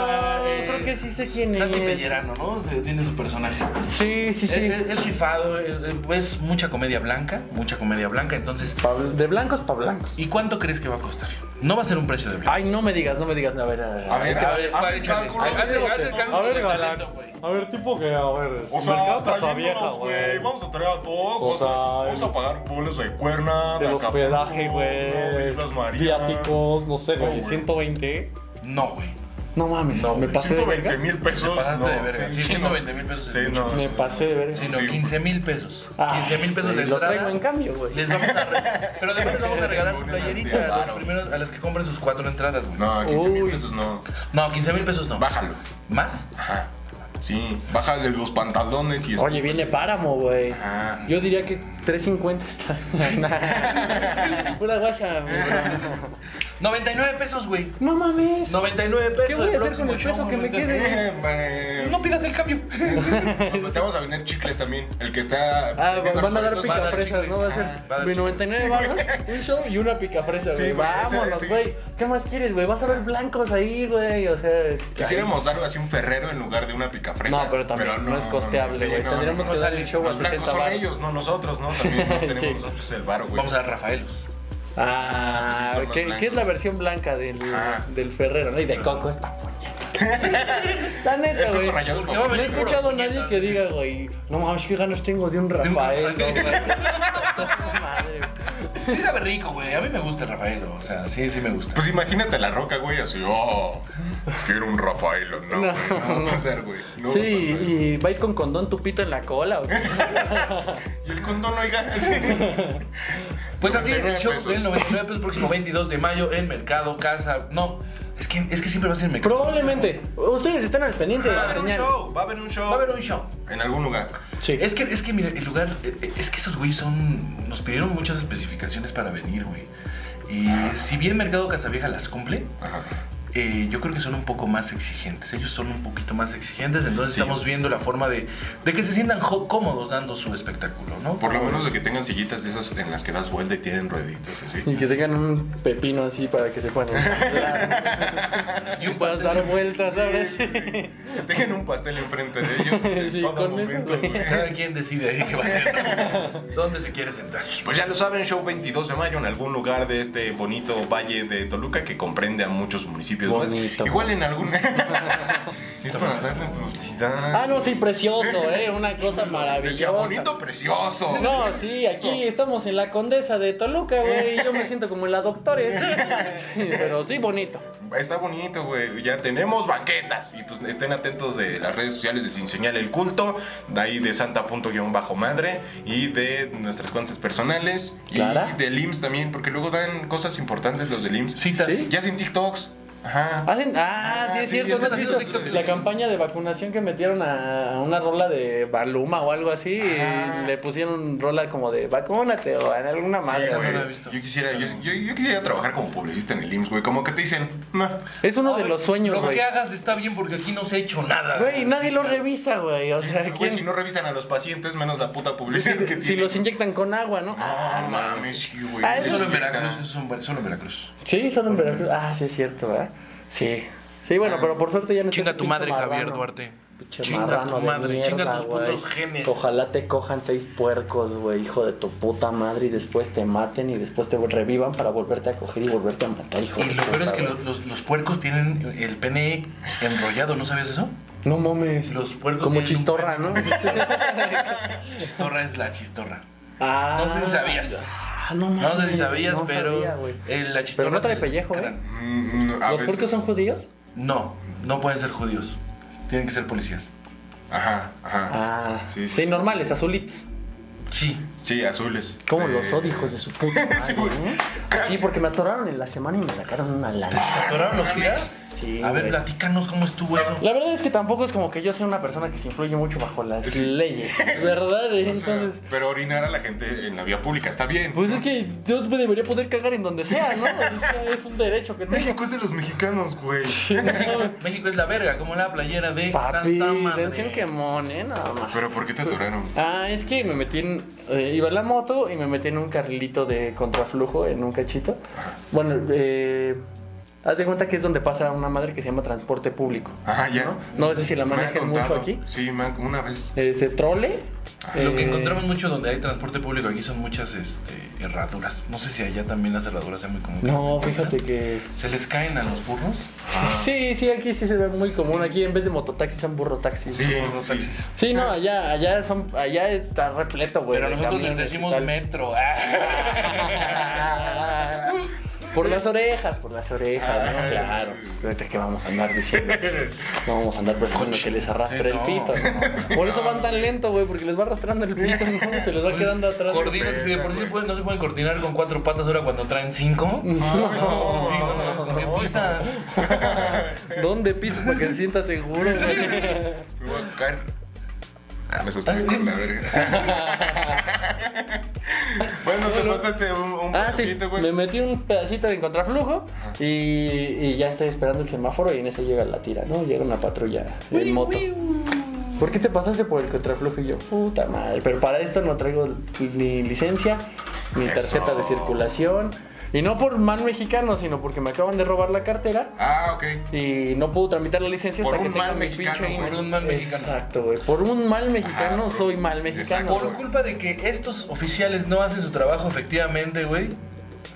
Speaker 1: Ah, eh,
Speaker 6: creo que sí sé quién
Speaker 1: Santi
Speaker 6: es.
Speaker 1: Pellerano, ¿no? Se- Tiene su personaje.
Speaker 6: Sí, sí,
Speaker 1: Es,
Speaker 6: sí.
Speaker 1: es- es rifado, es, es mucha comedia blanca, mucha comedia blanca, entonces...
Speaker 6: Pa- de blancos para blancos.
Speaker 1: ¿Y cuánto crees que va a costar? No va a ser un precio de blanco.
Speaker 6: Ay, no me digas, no me digas. A ver, a ver.
Speaker 4: A ver, a ver,
Speaker 1: va,
Speaker 4: haz el
Speaker 1: échale.
Speaker 4: cálculo.
Speaker 1: Haz el- haz el cálculo de
Speaker 7: galán.
Speaker 1: talento, güey.
Speaker 7: A ver, tipo que, a ver,
Speaker 4: O sea, trayéndolos, güey. Vamos a traer a todos.
Speaker 7: O
Speaker 4: vamos, a,
Speaker 7: sea,
Speaker 4: vamos
Speaker 7: el-
Speaker 4: a pagar bolos de cuerna, de
Speaker 7: El
Speaker 4: Acapulco,
Speaker 7: hospedaje, güey.
Speaker 4: Islas Marías.
Speaker 7: Viáticos, no sé,
Speaker 4: No,
Speaker 7: güey.
Speaker 4: güey.
Speaker 7: 120.
Speaker 1: No, güey.
Speaker 6: No mames,
Speaker 1: No,
Speaker 6: me
Speaker 1: güey,
Speaker 6: pasé de
Speaker 4: 120
Speaker 6: verga.
Speaker 4: mil pesos.
Speaker 1: Te pasaste de verga.
Speaker 4: sí,
Speaker 1: Sí,
Speaker 4: sí,
Speaker 1: 120 mil pesos es
Speaker 4: Sí,
Speaker 1: mucho.
Speaker 4: no.
Speaker 6: Me
Speaker 4: sí,
Speaker 6: pasé de verga.
Speaker 1: Sí, no,
Speaker 4: Sí, güey.
Speaker 1: 15 mil pesos.
Speaker 6: Ay,
Speaker 1: 15 mil pesos de
Speaker 6: güey, Los traigo
Speaker 1: entrada.
Speaker 6: en cambio, güey.
Speaker 1: Les vamos a re- Pero además les vamos a regalar su playerita a los
Speaker 4: Claro.
Speaker 1: primeros, a los que compren sus cuatro entradas, güey.
Speaker 4: No, 15 mil
Speaker 6: Uy.
Speaker 4: pesos no.
Speaker 1: No, 15 mil pesos no.
Speaker 4: Bájalo.
Speaker 1: ¿Más?
Speaker 4: Ajá. Sí, bájale los pantalones y...
Speaker 6: Oye, viene páramo, güey.
Speaker 4: Ajá.
Speaker 6: Yo diría que 350 está. Pura guacha, güey.
Speaker 1: 99 pesos, güey.
Speaker 6: No mames.
Speaker 1: 99 pesos.
Speaker 6: ¿Qué voy a hacer con el
Speaker 1: próximo
Speaker 6: peso
Speaker 1: show,
Speaker 6: que me
Speaker 1: güey.
Speaker 6: quede?
Speaker 4: Eh, eh,
Speaker 1: No pidas el cambio.
Speaker 4: Te vamos a vender chicles también. El que está.
Speaker 6: Ah,
Speaker 4: vendiendo
Speaker 6: van a
Speaker 4: los
Speaker 6: dar
Speaker 4: boletos,
Speaker 1: va a dar
Speaker 6: picafresas,
Speaker 1: chicle.
Speaker 6: ¿no? Va a
Speaker 1: Ah, va a
Speaker 6: ser
Speaker 1: dar
Speaker 6: mi
Speaker 1: chicle.
Speaker 6: 99 baros, un show y una picafresa,
Speaker 4: Sí,
Speaker 6: güey.
Speaker 4: güey, ese-
Speaker 6: Vámonos,
Speaker 4: sí.
Speaker 6: güey. ¿Qué más quieres, güey? Vas a ver blancos ahí, güey. O sea.
Speaker 4: Quisiéramos darle así un ferrero en lugar de una picafresa.
Speaker 6: No, pero también no es costeable,
Speaker 4: sí,
Speaker 6: güey. Tendríamos que darle el show a
Speaker 4: Los blancos
Speaker 6: 60
Speaker 4: son
Speaker 6: varos.
Speaker 4: ellos, no nosotros, ¿no? También no tenemos
Speaker 6: Sí.
Speaker 4: nosotros el varo, güey.
Speaker 1: Vamos a dar Rafaelos.
Speaker 6: Ah,
Speaker 4: pues sí, son más
Speaker 6: ¿qué,
Speaker 4: blancos.
Speaker 6: qué es la versión blanca del,
Speaker 4: Ajá.
Speaker 6: del Ferrero, no? Y de Coco es pa' puñeta. La neta,
Speaker 4: El
Speaker 6: güey.
Speaker 4: Coco Rallado es pa'
Speaker 6: No he
Speaker 1: puñeta.
Speaker 6: escuchado a nadie que diga, güey, no mames, qué ganas tengo de un Rafael,
Speaker 1: De un
Speaker 6: güey.
Speaker 1: Rafael.
Speaker 6: Madre, güey.
Speaker 1: Sí sabe rico, güey. A mí me gusta el Rafaelo. O sea, sí, sí me gusta.
Speaker 4: Pues imagínate la roca, güey, así, oh, quiero un Rafaelo. No,
Speaker 6: No.
Speaker 4: güey, no, va a pasar, güey. No
Speaker 6: sí,
Speaker 4: va a pasar.
Speaker 6: y va a ir con condón tupito en la cola, güey.
Speaker 4: Y el condón, oiga. sí.
Speaker 1: Pues así, el
Speaker 4: 99
Speaker 1: show
Speaker 4: pesos.
Speaker 1: del 99 pesos, próximo 22 de mayo en Mercado Casa. No, es que, es que siempre va a ser en Mercado.
Speaker 6: Probablemente. Ustedes están al pendiente de
Speaker 4: Va a
Speaker 6: la
Speaker 4: haber Ah, un
Speaker 6: señal.
Speaker 4: show, va a haber un show.
Speaker 1: Va a haber un show.
Speaker 4: En algún lugar.
Speaker 6: Sí.
Speaker 1: Es que, es que, mira, el lugar, eh, eh, es que esos güeyes son, nos pidieron muchas especificaciones para venir, güey. Y si bien Mercado Casavieja las cumple,
Speaker 4: Ajá.
Speaker 1: eh, yo creo que son un poco más exigentes. Ellos son un poquito más exigentes, entonces estamos viendo la forma de, de que se sientan jo- cómodos dando su espectáculo, ¿no?
Speaker 4: Por lo menos de que tengan sillitas de esas en las que das vuelta y tienen rueditas así.
Speaker 6: Y que tengan un pepino así para que se puedan ensamblar.
Speaker 1: Y un
Speaker 6: Puedas dar vueltas, ¿sabes?
Speaker 4: Tengan un pastel enfrente de ellos en
Speaker 6: Sí,
Speaker 4: todo
Speaker 6: con eso,
Speaker 4: momento,
Speaker 6: güey.
Speaker 4: güey.
Speaker 1: Cada quien decide ahí qué va a hacer, ¿no? dónde se quiere sentar.
Speaker 4: Pues ya lo saben, show 22 de mayo en algún lugar de este bonito valle de Toluca que comprende a muchos municipios
Speaker 6: Bonito.
Speaker 4: más. Igual en algún. es para darle publicidad.
Speaker 6: Ah, no, sí, precioso, ¿eh? Una cosa
Speaker 4: Decía
Speaker 6: maravillosa.
Speaker 4: bonito, precioso.
Speaker 6: No, sí, aquí estamos en la Condesa de Toluca, güey. y Yo me siento como en la Doctores. Sí, pero sí, bonito.
Speaker 4: Está bonito, güey. Ya tenemos banquetas. Y pues estén atentos de las redes sociales de Sin Señal el Culto, de ahí de santa.-madre y de nuestras cuentas personales.
Speaker 6: Clara.
Speaker 4: Y del IMSS también, porque luego dan cosas importantes los del IMSS.
Speaker 1: Citas.
Speaker 6: ¿Sí?
Speaker 4: Ya sin TikToks. Ajá.
Speaker 6: Hacen, ah,
Speaker 4: Ah,
Speaker 6: sí, es
Speaker 4: sí,
Speaker 6: cierto.
Speaker 4: ya
Speaker 6: ¿no
Speaker 4: se
Speaker 6: has
Speaker 4: hizo
Speaker 6: visto
Speaker 4: TikTok.
Speaker 6: la campaña de vacunación que metieron a a una rola de Baluma o algo así.
Speaker 4: Ajá.
Speaker 6: Y le pusieron rola como de vacúnate o en alguna
Speaker 4: Sí,
Speaker 6: madre. así.
Speaker 4: güey.
Speaker 1: no la he visto.
Speaker 4: yo quisiera, yo, yo- yo quisiera trabajar como publicista en el IMSS, güey. Como que te dicen, no.
Speaker 6: es uno de los sueños,
Speaker 1: Lo
Speaker 6: güey.
Speaker 1: que hagas está bien porque aquí no se ha hecho nada.
Speaker 6: Güey, nadie lo revisa, güey. O sea,
Speaker 4: Güey,
Speaker 6: ¿quién?
Speaker 4: si no revisan a los pacientes, menos la puta publicidad que
Speaker 6: si, si
Speaker 4: tienen.
Speaker 6: los inyectan con agua, ¿no?
Speaker 4: No mames, sí, güey.
Speaker 6: Ah, eso-
Speaker 1: Solo en
Speaker 4: Neta.
Speaker 1: Veracruz, eso son- solo en Veracruz.
Speaker 6: Sí, solo en Veracruz. Ah, sí, es cierto, ¿verdad? Sí. Sí, bueno, pero por suerte ya no está
Speaker 1: Chinga
Speaker 6: ese
Speaker 1: tu
Speaker 6: pinche
Speaker 1: madre, Javier
Speaker 6: marrano.
Speaker 1: Duarte.
Speaker 6: Pinche
Speaker 1: Chinga
Speaker 6: marrano
Speaker 1: tu
Speaker 6: de
Speaker 1: madre,
Speaker 6: mierda,
Speaker 1: chinga tus
Speaker 6: güey.
Speaker 1: putos genes.
Speaker 6: Ojalá te cojan seis puercos, güey, hijo de tu puta madre, y después te maten y después te revivan para volverte a coger y volverte a matar, hijo
Speaker 1: Y
Speaker 6: de
Speaker 1: lo
Speaker 6: puta,
Speaker 1: peor es que
Speaker 6: güey.
Speaker 1: los, los- los puercos tienen el pene enrollado, ¿no sabías eso?
Speaker 6: No mames.
Speaker 1: Los puercos
Speaker 6: Como
Speaker 1: tienen un
Speaker 6: chistorra, ¿no?
Speaker 1: Chistorra es la chistorra.
Speaker 6: ah,
Speaker 1: No sé si sabías.
Speaker 6: Ah, no mames.
Speaker 1: No sé si sabías,
Speaker 6: no
Speaker 1: pero
Speaker 6: sabía, güey.
Speaker 1: eh, la
Speaker 6: pero
Speaker 1: chistorra
Speaker 6: no
Speaker 1: es
Speaker 6: trae
Speaker 1: el
Speaker 6: pellejo, ¿eh?
Speaker 1: cráneo.
Speaker 4: Mm, mm, a
Speaker 6: ¿Los
Speaker 4: veces-
Speaker 6: puercos son judíos?
Speaker 1: No, no pueden ser judíos. Tienen que ser policías.
Speaker 4: Ajá, ajá.
Speaker 6: Ah,
Speaker 4: Sí,
Speaker 6: sí,
Speaker 4: sí.
Speaker 6: normales, azulitos.
Speaker 1: Sí.
Speaker 4: Sí, azules.
Speaker 6: Como
Speaker 4: Eh,
Speaker 6: los odio, hijos de su puta madre,
Speaker 4: Sí, güey.
Speaker 6: ¿eh? Sí, porque me atoraron en la semana y me sacaron una lana.
Speaker 1: ¿Atoraron los días?
Speaker 6: Ah, Sí,
Speaker 1: A ver,
Speaker 6: güey.
Speaker 1: platícanos cómo estuvo eso.
Speaker 6: La verdad es que tampoco es como que yo sea una persona que se influye mucho bajo las
Speaker 4: Sí.
Speaker 6: leyes, ¿verdad?
Speaker 4: o sea,
Speaker 6: Entonces,
Speaker 4: pero orinar a la gente en la vía pública está bien.
Speaker 6: pues es que yo me debería poder cagar en donde sea, ¿no? O sea, es un derecho que tengo.
Speaker 4: México es de los mexicanos, güey.
Speaker 1: México es la verga, como la playera de
Speaker 6: Papi,
Speaker 1: Santa
Speaker 6: dense un
Speaker 1: Madre.
Speaker 6: quemón, ¿eh? Nada más.
Speaker 4: Pero ¿por qué te atoraron?
Speaker 6: Ah, es que me metí en. eh, iba en la moto y me metí en un carrilito de contraflujo, en un cachito. Bueno, eh, haz de cuenta que es donde pasa una madre que se llama transporte público.
Speaker 4: Ajá, ya.
Speaker 6: No sé si la manejan mucho aquí.
Speaker 4: Sí, me han- una vez.
Speaker 6: Este trole.
Speaker 1: Ah, Lo que
Speaker 6: eh,
Speaker 1: encontramos mucho donde hay transporte público aquí son muchas este, herraduras. No sé si allá también las herraduras sean muy comunes.
Speaker 6: No, fíjate que.
Speaker 1: ¿Se les caen a los burros?
Speaker 4: Ah.
Speaker 6: Sí, sí, aquí sí se ve muy común. Aquí en vez de mototaxis son burro taxis.
Speaker 4: Sí,
Speaker 1: Los
Speaker 4: sí.
Speaker 1: taxis.
Speaker 6: Sí, no, allá, allá son, allá está repleto, güey.
Speaker 1: Pero
Speaker 6: de
Speaker 1: nosotros les
Speaker 6: camiones y
Speaker 1: decimos
Speaker 6: tal.
Speaker 1: metro. Ah.
Speaker 6: Por las orejas, por las orejas, ¿no?
Speaker 4: Ah.
Speaker 6: Claro, pues ahorita que vamos a andar diciendo. No vamos a andar presumiendo que les arrastre
Speaker 1: Sí, no.
Speaker 6: el pito. ¿no? Por eso van tan lento, güey, porque les va arrastrando el pito, ¿no? Se les
Speaker 1: Pues,
Speaker 6: va quedando atrás.
Speaker 1: Coordinan, si de por sí pueden- no se pueden coordinar con cuatro patas ahora cuando traen cinco.
Speaker 4: Pues,
Speaker 1: Sí, ¿con- ¿Con qué pisas?
Speaker 6: ¿Dónde pisas para que se sienta seguro, güey?
Speaker 4: Me voy a caer. Ah, me asusté con la verga. bueno, te pasaste un, un
Speaker 6: Ah, sí,
Speaker 4: pedacito, güey.
Speaker 6: me metí un pedacito de contraflujo y, y ya estoy esperando el semáforo y en eso llega la tira, ¿no? Llega una patrulla en moto. ¿Por qué te pasaste por el contraflujo? Y yo, puta madre, pero para esto no traigo ni licencia, ni
Speaker 4: Eso.
Speaker 6: tarjeta de circulación. Y no por man mexicano, sino porque me acaban de robar la cartera
Speaker 4: Ah, ok.
Speaker 6: y no puedo tramitar la licencia
Speaker 4: Por
Speaker 6: hasta
Speaker 4: un
Speaker 6: que tenga
Speaker 4: mal
Speaker 6: mi
Speaker 4: mexicano,
Speaker 6: pinche
Speaker 4: güey.
Speaker 1: Por un mal mexicano.
Speaker 6: Exacto, güey. Por un mal mexicano
Speaker 4: Ajá, por-
Speaker 6: soy mal mexicano.
Speaker 4: Exacto.
Speaker 1: Por culpa de que estos oficiales no hacen su trabajo efectivamente, güey.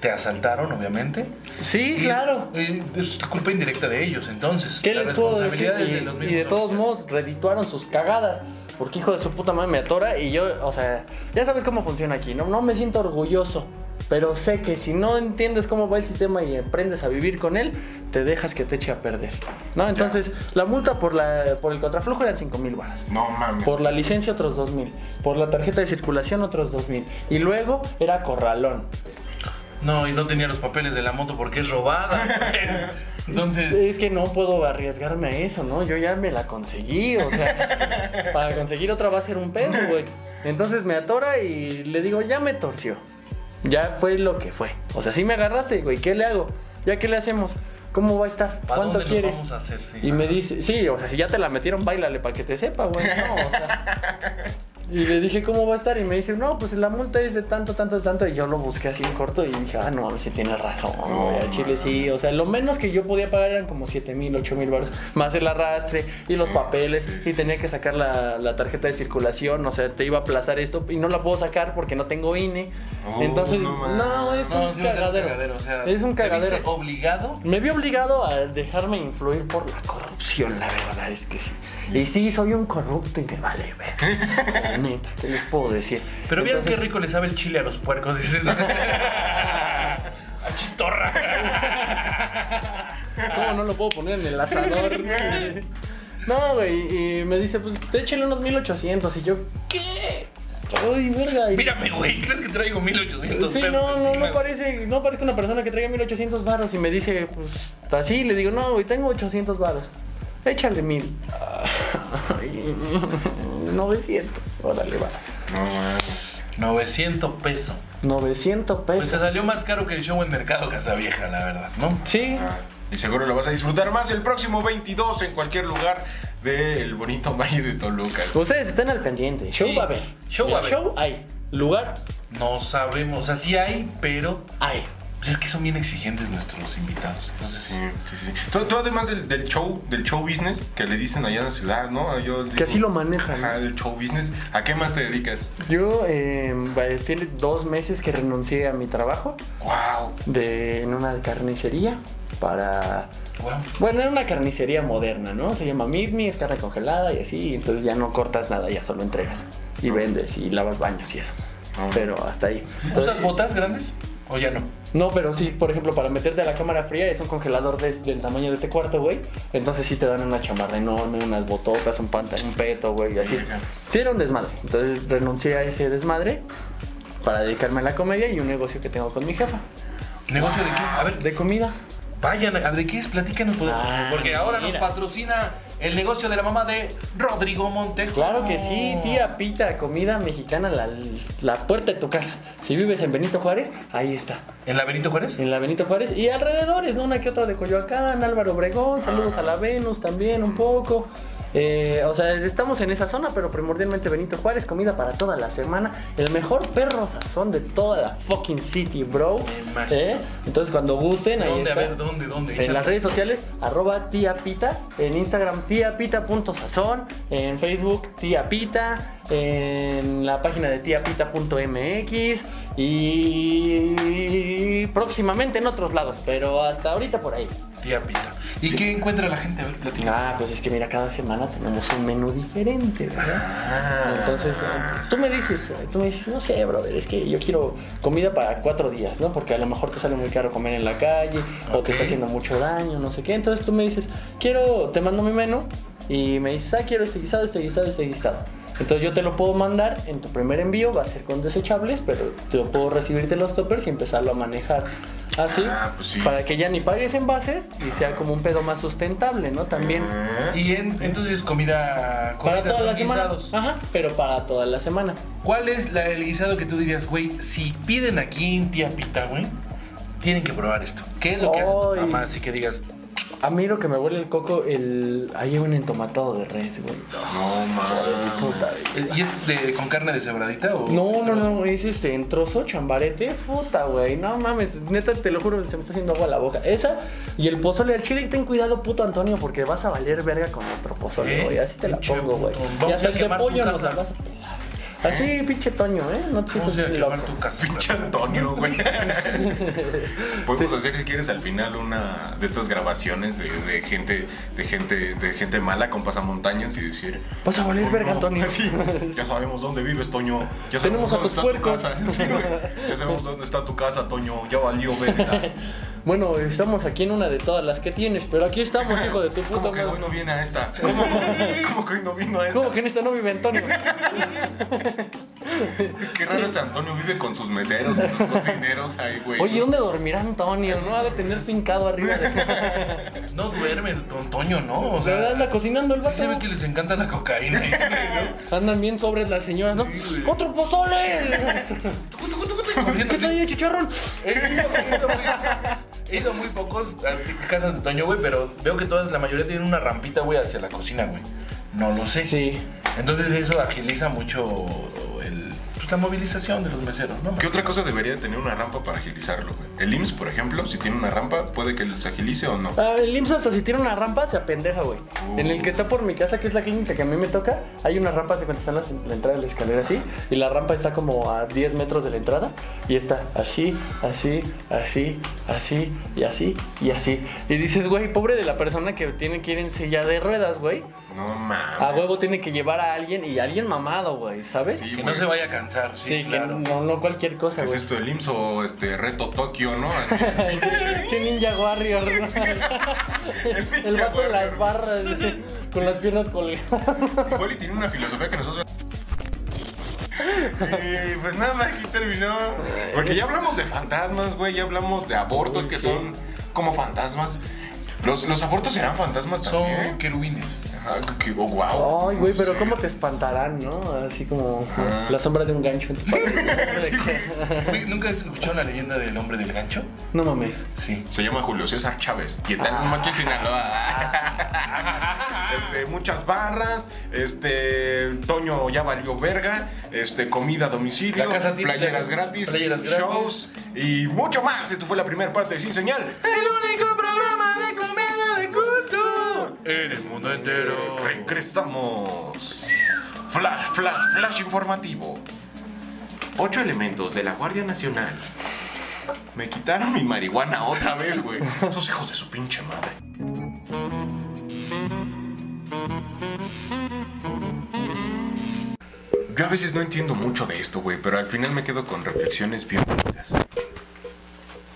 Speaker 1: Te asaltaron, obviamente.
Speaker 6: Sí,
Speaker 1: Y-
Speaker 6: claro.
Speaker 1: y es culpa indirecta de ellos, entonces.
Speaker 6: ¿Qué
Speaker 1: La
Speaker 6: les puedo decir?
Speaker 1: responsabilidad es
Speaker 6: Y y de,
Speaker 1: los mismos
Speaker 6: todos
Speaker 1: oficiales.
Speaker 6: modos redituaron sus cagadas. Porque hijo de su puta madre me atora y yo, o sea, ya sabes cómo funciona aquí, ¿no? No me siento orgulloso. Pero sé que si no entiendes cómo va el sistema y aprendes a vivir con él, te dejas que te eche a perder. ¿No? Entonces, la multa por, la, por el contraflujo eran 5 mil balas.
Speaker 4: No mames.
Speaker 6: Por la licencia otros 2 mil. Por la tarjeta de circulación otros 2 mil. Y luego era corralón.
Speaker 1: No, y no tenía los papeles de la moto porque es robada. güey. Entonces,
Speaker 6: Es que no puedo arriesgarme a eso, ¿no? Yo ya me la conseguí, o sea, para conseguir otra va a ser un pedo, güey. Entonces me atora y le digo, ya me torció. Ya fue lo que fue. O sea, sí me agarraste, güey, ¿qué le hago? ¿Ya qué le hacemos? ¿Cómo va a estar?
Speaker 1: ¿Para
Speaker 6: ¿Cuánto
Speaker 1: dónde
Speaker 6: quieres?
Speaker 1: nos vamos a hacer? Sí.
Speaker 6: Y me dice, sí, o sea, si ya te la metieron, bailale para que te sepa, güey. No, o sea. Y le dije, ¿cómo va a estar? Y me dice, no, pues la multa es de tanto, tanto, tanto. Y yo lo busqué así en corto y dije, ah, no, a sí tiene razón, güey. A Chile sí. O sea, lo menos que yo podía pagar eran como 7 mil, 8 mil baros. Más el arrastre y los papeles. y tenía que sacar la, la tarjeta de circulación. O sea, te iba a aplazar esto. Y no la puedo sacar porque no tengo INE.
Speaker 4: Oh,
Speaker 6: Entonces,
Speaker 4: no
Speaker 6: no,
Speaker 4: mames.
Speaker 6: es
Speaker 1: No,
Speaker 6: un
Speaker 1: sí, va a ser
Speaker 6: cagadero.
Speaker 1: o sea,
Speaker 6: es un
Speaker 1: ¿te viste
Speaker 6: cagadero.
Speaker 1: obligado
Speaker 6: Me vi obligado a dejarme influir por la corrupción, la verdad es que sí. Y sí, soy un corrupto y me vale ver. La neta, ¿qué les puedo decir?
Speaker 1: Pero vieron
Speaker 6: Entonces,
Speaker 1: qué rico le sabe el chile a los puercos, dicen. a chistorra.
Speaker 6: ¿Cómo no lo puedo poner en el asador? no, güey, y me dice, pues te échale unos 1800. Y yo, ¿qué? Ay, verga. y-
Speaker 1: Mírame, güey, ¿crees que traigo 1800
Speaker 6: Sí,
Speaker 1: pesos?
Speaker 6: no, no,
Speaker 1: encima?
Speaker 6: no parece, no parece una persona que traiga 1800 varos y me dice, pues, así, le digo, no, güey, tengo 800 varos. Échale mil. Ay, 900. Órale, va.
Speaker 1: 900 pesos.
Speaker 6: 900
Speaker 1: Pues te
Speaker 6: pesos.
Speaker 1: salió más caro que el show en Mercado Casavieja, la verdad, ¿no?
Speaker 6: Sí,
Speaker 4: Y seguro lo vas a disfrutar más el próximo 22 en cualquier lugar del bonito Valle de Toluca.
Speaker 6: ustedes están al pendiente. Show
Speaker 1: Sí.
Speaker 6: va a haber.
Speaker 1: Show
Speaker 6: Mira,
Speaker 1: va a haber.
Speaker 6: Show hay. Lugar
Speaker 1: No sabemos, o sea, sí hay, pero
Speaker 6: hay.
Speaker 1: pues es que son bien exigentes nuestros invitados. Entonces,
Speaker 4: Sí, sí, sí. Tú, tú además del, del show, del show business que le dicen allá en la ciudad, ¿no? Yo
Speaker 6: Que
Speaker 4: digo,
Speaker 6: así lo manejan.
Speaker 4: Ajá, del show business. ¿A qué más te dedicas?
Speaker 6: Yo, eh, pues, tiene dos meses que renuncié a mi trabajo
Speaker 4: Wow.
Speaker 6: de, en una carnicería para
Speaker 1: guau.
Speaker 6: Bueno, era una carnicería moderna, ¿no? Se llama Midni, es carne congelada y así. y Entonces ya no cortas nada, ya solo entregas. Y vendes y lavas baños y eso.
Speaker 4: Ah.
Speaker 6: Pero hasta ahí. Entonces,
Speaker 1: ¿Usas botas grandes? ¿O ya no?
Speaker 6: no, pero sí, por ejemplo, para meterte a la cámara fría es un congelador de- del tamaño de este cuarto, güey. Entonces sí te dan una chamarra enorme, unas bototas, un pantalón, un peto, güey, y así. Sí era un desmadre. Entonces renuncié a ese desmadre para dedicarme a la comedia y un negocio que tengo con mi jefa.
Speaker 1: ¿Negocio de qué? A ver,
Speaker 6: Ah, De comida.
Speaker 1: Vayan, a- ¿de qué es? Platícanos. por-
Speaker 6: Ah,
Speaker 1: porque ahora
Speaker 6: mira.
Speaker 1: nos patrocina el negocio de la mamá de Rodrigo Montejo.
Speaker 6: Claro que
Speaker 1: Oh.
Speaker 6: sí, tía Pita, comida mexicana, la, la puerta de tu casa. Si vives en Benito Juárez, ahí está,
Speaker 1: ¿En la Benito Juárez?
Speaker 6: en la Benito Juárez y alrededores, ¿no? Una que otra de Coyoacán, Álvaro Obregón, saludos a la Venus también un poco. Eh, o sea, estamos en esa zona, pero primordialmente Benito Juárez, comida para toda la semana. El mejor perro sazón de toda la fucking city, bro.
Speaker 1: Me imagino.
Speaker 6: ¿Eh? Entonces, cuando gusten, ahí
Speaker 1: ¿Dónde? A
Speaker 6: está.
Speaker 1: ver, ¿dónde? ¿Dónde?
Speaker 6: En las redes sociales, arroba tía Pita, en Instagram tiapita.sazón, en Facebook tía Pita, en la página de tiapita.mx y próximamente en otros lados, pero hasta ahorita por ahí.
Speaker 1: Tía Pita. ¿Y qué encuentra la gente? A ver, platícanos.
Speaker 6: Ah, pues es que mira, cada semana tenemos un menú diferente, ¿verdad? Entonces, tú me dices, tú me dices, no sé, brother, es que yo quiero comida para cuatro días, ¿no? Porque a lo mejor te sale muy caro comer en la calle o
Speaker 1: Ok.
Speaker 6: te está haciendo mucho daño, no sé qué. Entonces tú me dices, quiero, te mando mi menú y me dices, ah, quiero este guisado, este guisado, este guisado. Entonces yo te lo puedo mandar en tu primer envío, va a ser con desechables, pero te lo puedo recibirte los toppers y empezarlo a manejar así,
Speaker 4: Ah, pues sí.
Speaker 6: para que ya ni pagues envases y sea como un pedo más sustentable, ¿no? También.
Speaker 1: Y en- entonces comida,
Speaker 6: Ah. Para
Speaker 1: comida
Speaker 6: toda
Speaker 1: son
Speaker 6: la semana.
Speaker 1: guisados.
Speaker 6: Ajá, pero para toda la semana.
Speaker 1: ¿Cuál es la- el guisado que tú dirías, güey, si piden aquí en Tía Pita, güey, tienen que probar esto? ¿Qué es lo que hace tu
Speaker 6: Ay.
Speaker 1: mamá? Así que digas,
Speaker 6: A mí lo que me huele el coco, el. Ahí hay un entomatado de res, güey.
Speaker 4: No mames.
Speaker 6: Puta,
Speaker 1: eh, ¿y es de, con carne deshebradita o...?
Speaker 6: No, no, no, es este en trozo chambarete, puta, güey. No mames, neta, te lo juro, se me está haciendo agua la boca. Esa y el pozole al chile, ten cuidado, puto Antonio, porque vas a valer verga con nuestro
Speaker 1: ¿Eh?
Speaker 6: pozole, güey. Así te la
Speaker 1: Pinche
Speaker 6: pongo, güey.
Speaker 1: puto, vamos
Speaker 6: Y
Speaker 1: a
Speaker 6: hasta el de
Speaker 1: quemar tu
Speaker 6: pollo nos la
Speaker 1: casa.
Speaker 6: vas a pelar. Así, pinche Toño, ¿eh? No te
Speaker 1: ¿Cómo
Speaker 6: sientas
Speaker 1: se va a
Speaker 6: loco.
Speaker 1: quemar tu casa?
Speaker 4: Pinche Antonio, güey. Podemos hacer, si quieres, al final una de estas grabaciones de, de gente, de gente, de gente mala con pasamontañas y decir.
Speaker 6: Vas a valer
Speaker 4: "Toño,
Speaker 6: verga, Antonio".
Speaker 4: Sí, ya sabemos dónde vives, Toño. Ya
Speaker 6: Tenemos
Speaker 4: sabemos
Speaker 6: a
Speaker 4: dónde
Speaker 6: tus
Speaker 4: está tu
Speaker 6: puercos.
Speaker 4: casa". Sí, güey. ya sabemos dónde está tu casa, Toño. Ya valió verga.
Speaker 6: Bueno, estamos aquí en una de todas las que tienes, pero aquí estamos, hijo de tu puta
Speaker 4: ¿Cómo que hoy
Speaker 6: madre.
Speaker 4: no viene a esta? ¿Cómo, cómo que hoy no vino a esta?
Speaker 6: ¿Cómo que en esta no vive Antonio?
Speaker 4: Qué raro es Antonio, vive con sus meseros, y sus cocineros ahí, güey.
Speaker 6: Oye, ¿dónde dormirá Antonio? No ha de tener fincado arriba de
Speaker 1: No duerme, don Toño, ¿no? O
Speaker 6: La verdad,
Speaker 1: sea,
Speaker 6: anda cocinando el
Speaker 1: sí se ve
Speaker 6: vato.
Speaker 1: que les encanta la cocaína.
Speaker 6: Andan bien sobres las señoras, ¿no? ¡Otro pozole! ¿Qué soy yo, chicharrón?
Speaker 1: El mío, el mío, el mío. He ido a muy pocos a casas de Toño, güey, pero veo que todas, la mayoría tienen una rampita, güey, hacia la cocina, güey. No lo sé.
Speaker 6: Sí.
Speaker 1: Entonces eso agiliza mucho el, pues, la movilización de los meseros, ¿no?
Speaker 4: ¿Qué otra cosa debería tener una rampa para agilizarlo, güey? El IMSS, por ejemplo, si tiene una rampa, puede que se agilice o no.
Speaker 6: Ah, el IMSS hasta si tiene una rampa se apendeja, güey.
Speaker 4: Uh.
Speaker 6: En el que está por mi casa, que es la clínica que a mí me toca, hay una rampa se contestan las, la entrada de la escalera así. Y la rampa está como a 10 metros de la entrada. Y está así, así, así, así, y así, y así. Y dices, güey, pobre de la persona que tiene que ir en silla de ruedas, güey.
Speaker 4: No
Speaker 6: A
Speaker 4: mames.
Speaker 6: huevo tiene que llevar a alguien y alguien mamado, güey, ¿sabes?
Speaker 4: Sí,
Speaker 6: Sí,
Speaker 1: Que
Speaker 4: güey.
Speaker 1: no se vaya a cansar, sí,
Speaker 6: que
Speaker 1: claro.
Speaker 6: no, no cualquier cosa,
Speaker 4: ¿Es
Speaker 6: güey.
Speaker 4: esto el IMSS o este Reto Tokio, no? Así.
Speaker 6: Che ninja warrior. ¿no? El vato de las barras, güey, con las piernas colgadas.
Speaker 4: Igual y tiene una filosofía que nosotros. Y pues nada, aquí terminó. Porque ya hablamos de fantasmas, güey. Ya hablamos de abortos que son como fantasmas. ¿Los, los abortos serán fantasmas
Speaker 1: Son
Speaker 4: también?
Speaker 1: querubines.
Speaker 4: Ah, que- oh, wow.
Speaker 6: Ay, güey, pero
Speaker 4: Sí.
Speaker 6: ¿cómo te espantarán, no? Así como
Speaker 4: Ah.
Speaker 6: la sombra de un gancho en tu pared.
Speaker 1: Güey, ¿Nunca has escuchado la leyenda del hombre del gancho?
Speaker 6: No mames.
Speaker 1: Sí.
Speaker 4: Se llama Julio César Chávez. Y está en
Speaker 1: Ah.
Speaker 4: Moche, Sinaloa. Este, muchas barras. Este, Toño ya valió verga. Este, comida a domicilio.
Speaker 1: La casa tiene-
Speaker 4: playeras gratis.
Speaker 1: playeras gratis.
Speaker 4: shows. Y mucho más. Esto fue la primera parte de Sin Señal. El único programa de comedia de culto.
Speaker 1: En el mundo entero.
Speaker 4: Regresamos. Flash, flash, flash informativo. Ocho elementos de la Guardia Nacional. Me quitaron mi marihuana otra vez, güey. Esos hijos de su pinche madre. Yo a veces no entiendo mucho de esto, güey, pero al final me quedo con reflexiones bien bonitas.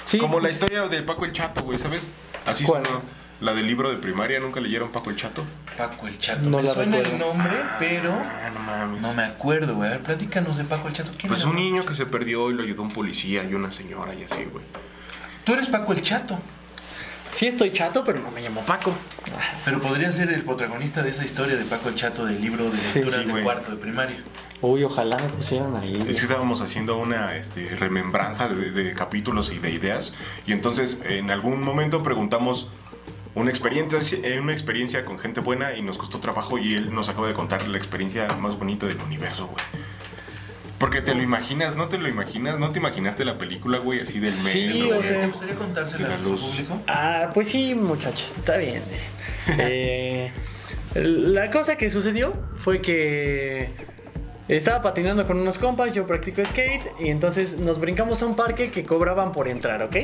Speaker 6: Sí.
Speaker 4: Como la historia del Paco el Chato, güey, ¿sabes? Así
Speaker 6: ¿Cuál?
Speaker 4: sonó. La del libro de primaria, ¿nunca leyeron Paco el Chato?
Speaker 1: Paco el Chato.
Speaker 6: No
Speaker 1: me
Speaker 6: la
Speaker 1: suena el
Speaker 6: recuerdo.
Speaker 1: nombre, pero
Speaker 4: Ah, no mames.
Speaker 1: no me acuerdo, güey. A ver, platícanos de Paco el Chato. ¿Quién
Speaker 4: Pues
Speaker 1: era?
Speaker 4: un niño que se perdió y lo ayudó un policía y una señora y así, güey.
Speaker 1: Tú eres Paco el Chato,
Speaker 6: Sí estoy chato, pero no me llamo Paco.
Speaker 1: pero podría ser el protagonista de esa historia de Paco el Chato del libro de
Speaker 6: Sí.
Speaker 1: lecturas
Speaker 4: Sí,
Speaker 1: de
Speaker 4: güey.
Speaker 1: cuarto de primaria.
Speaker 6: Uy, ojalá me pusieran ahí.
Speaker 4: Es que estábamos haciendo una este, remembranza de, de capítulos y de ideas. Y entonces en algún momento preguntamos una experiencia, eh, una experiencia con gente buena y nos costó trabajo y él nos acaba de contar la experiencia más bonita del universo, güey. Porque te lo imaginas, no te lo imaginas, no te imaginaste la película, güey, así del
Speaker 6: Sí, o
Speaker 4: metro, güey.
Speaker 6: sea,
Speaker 1: ¿Te gustaría contársela
Speaker 4: De la
Speaker 1: al
Speaker 4: luz.
Speaker 1: público?
Speaker 6: Ah, pues sí, muchachos, está bien. Eh, la cosa que sucedió fue que estaba patinando con unos compas, yo practico skate y entonces nos brincamos a un parque que cobraban por entrar, ¿ok?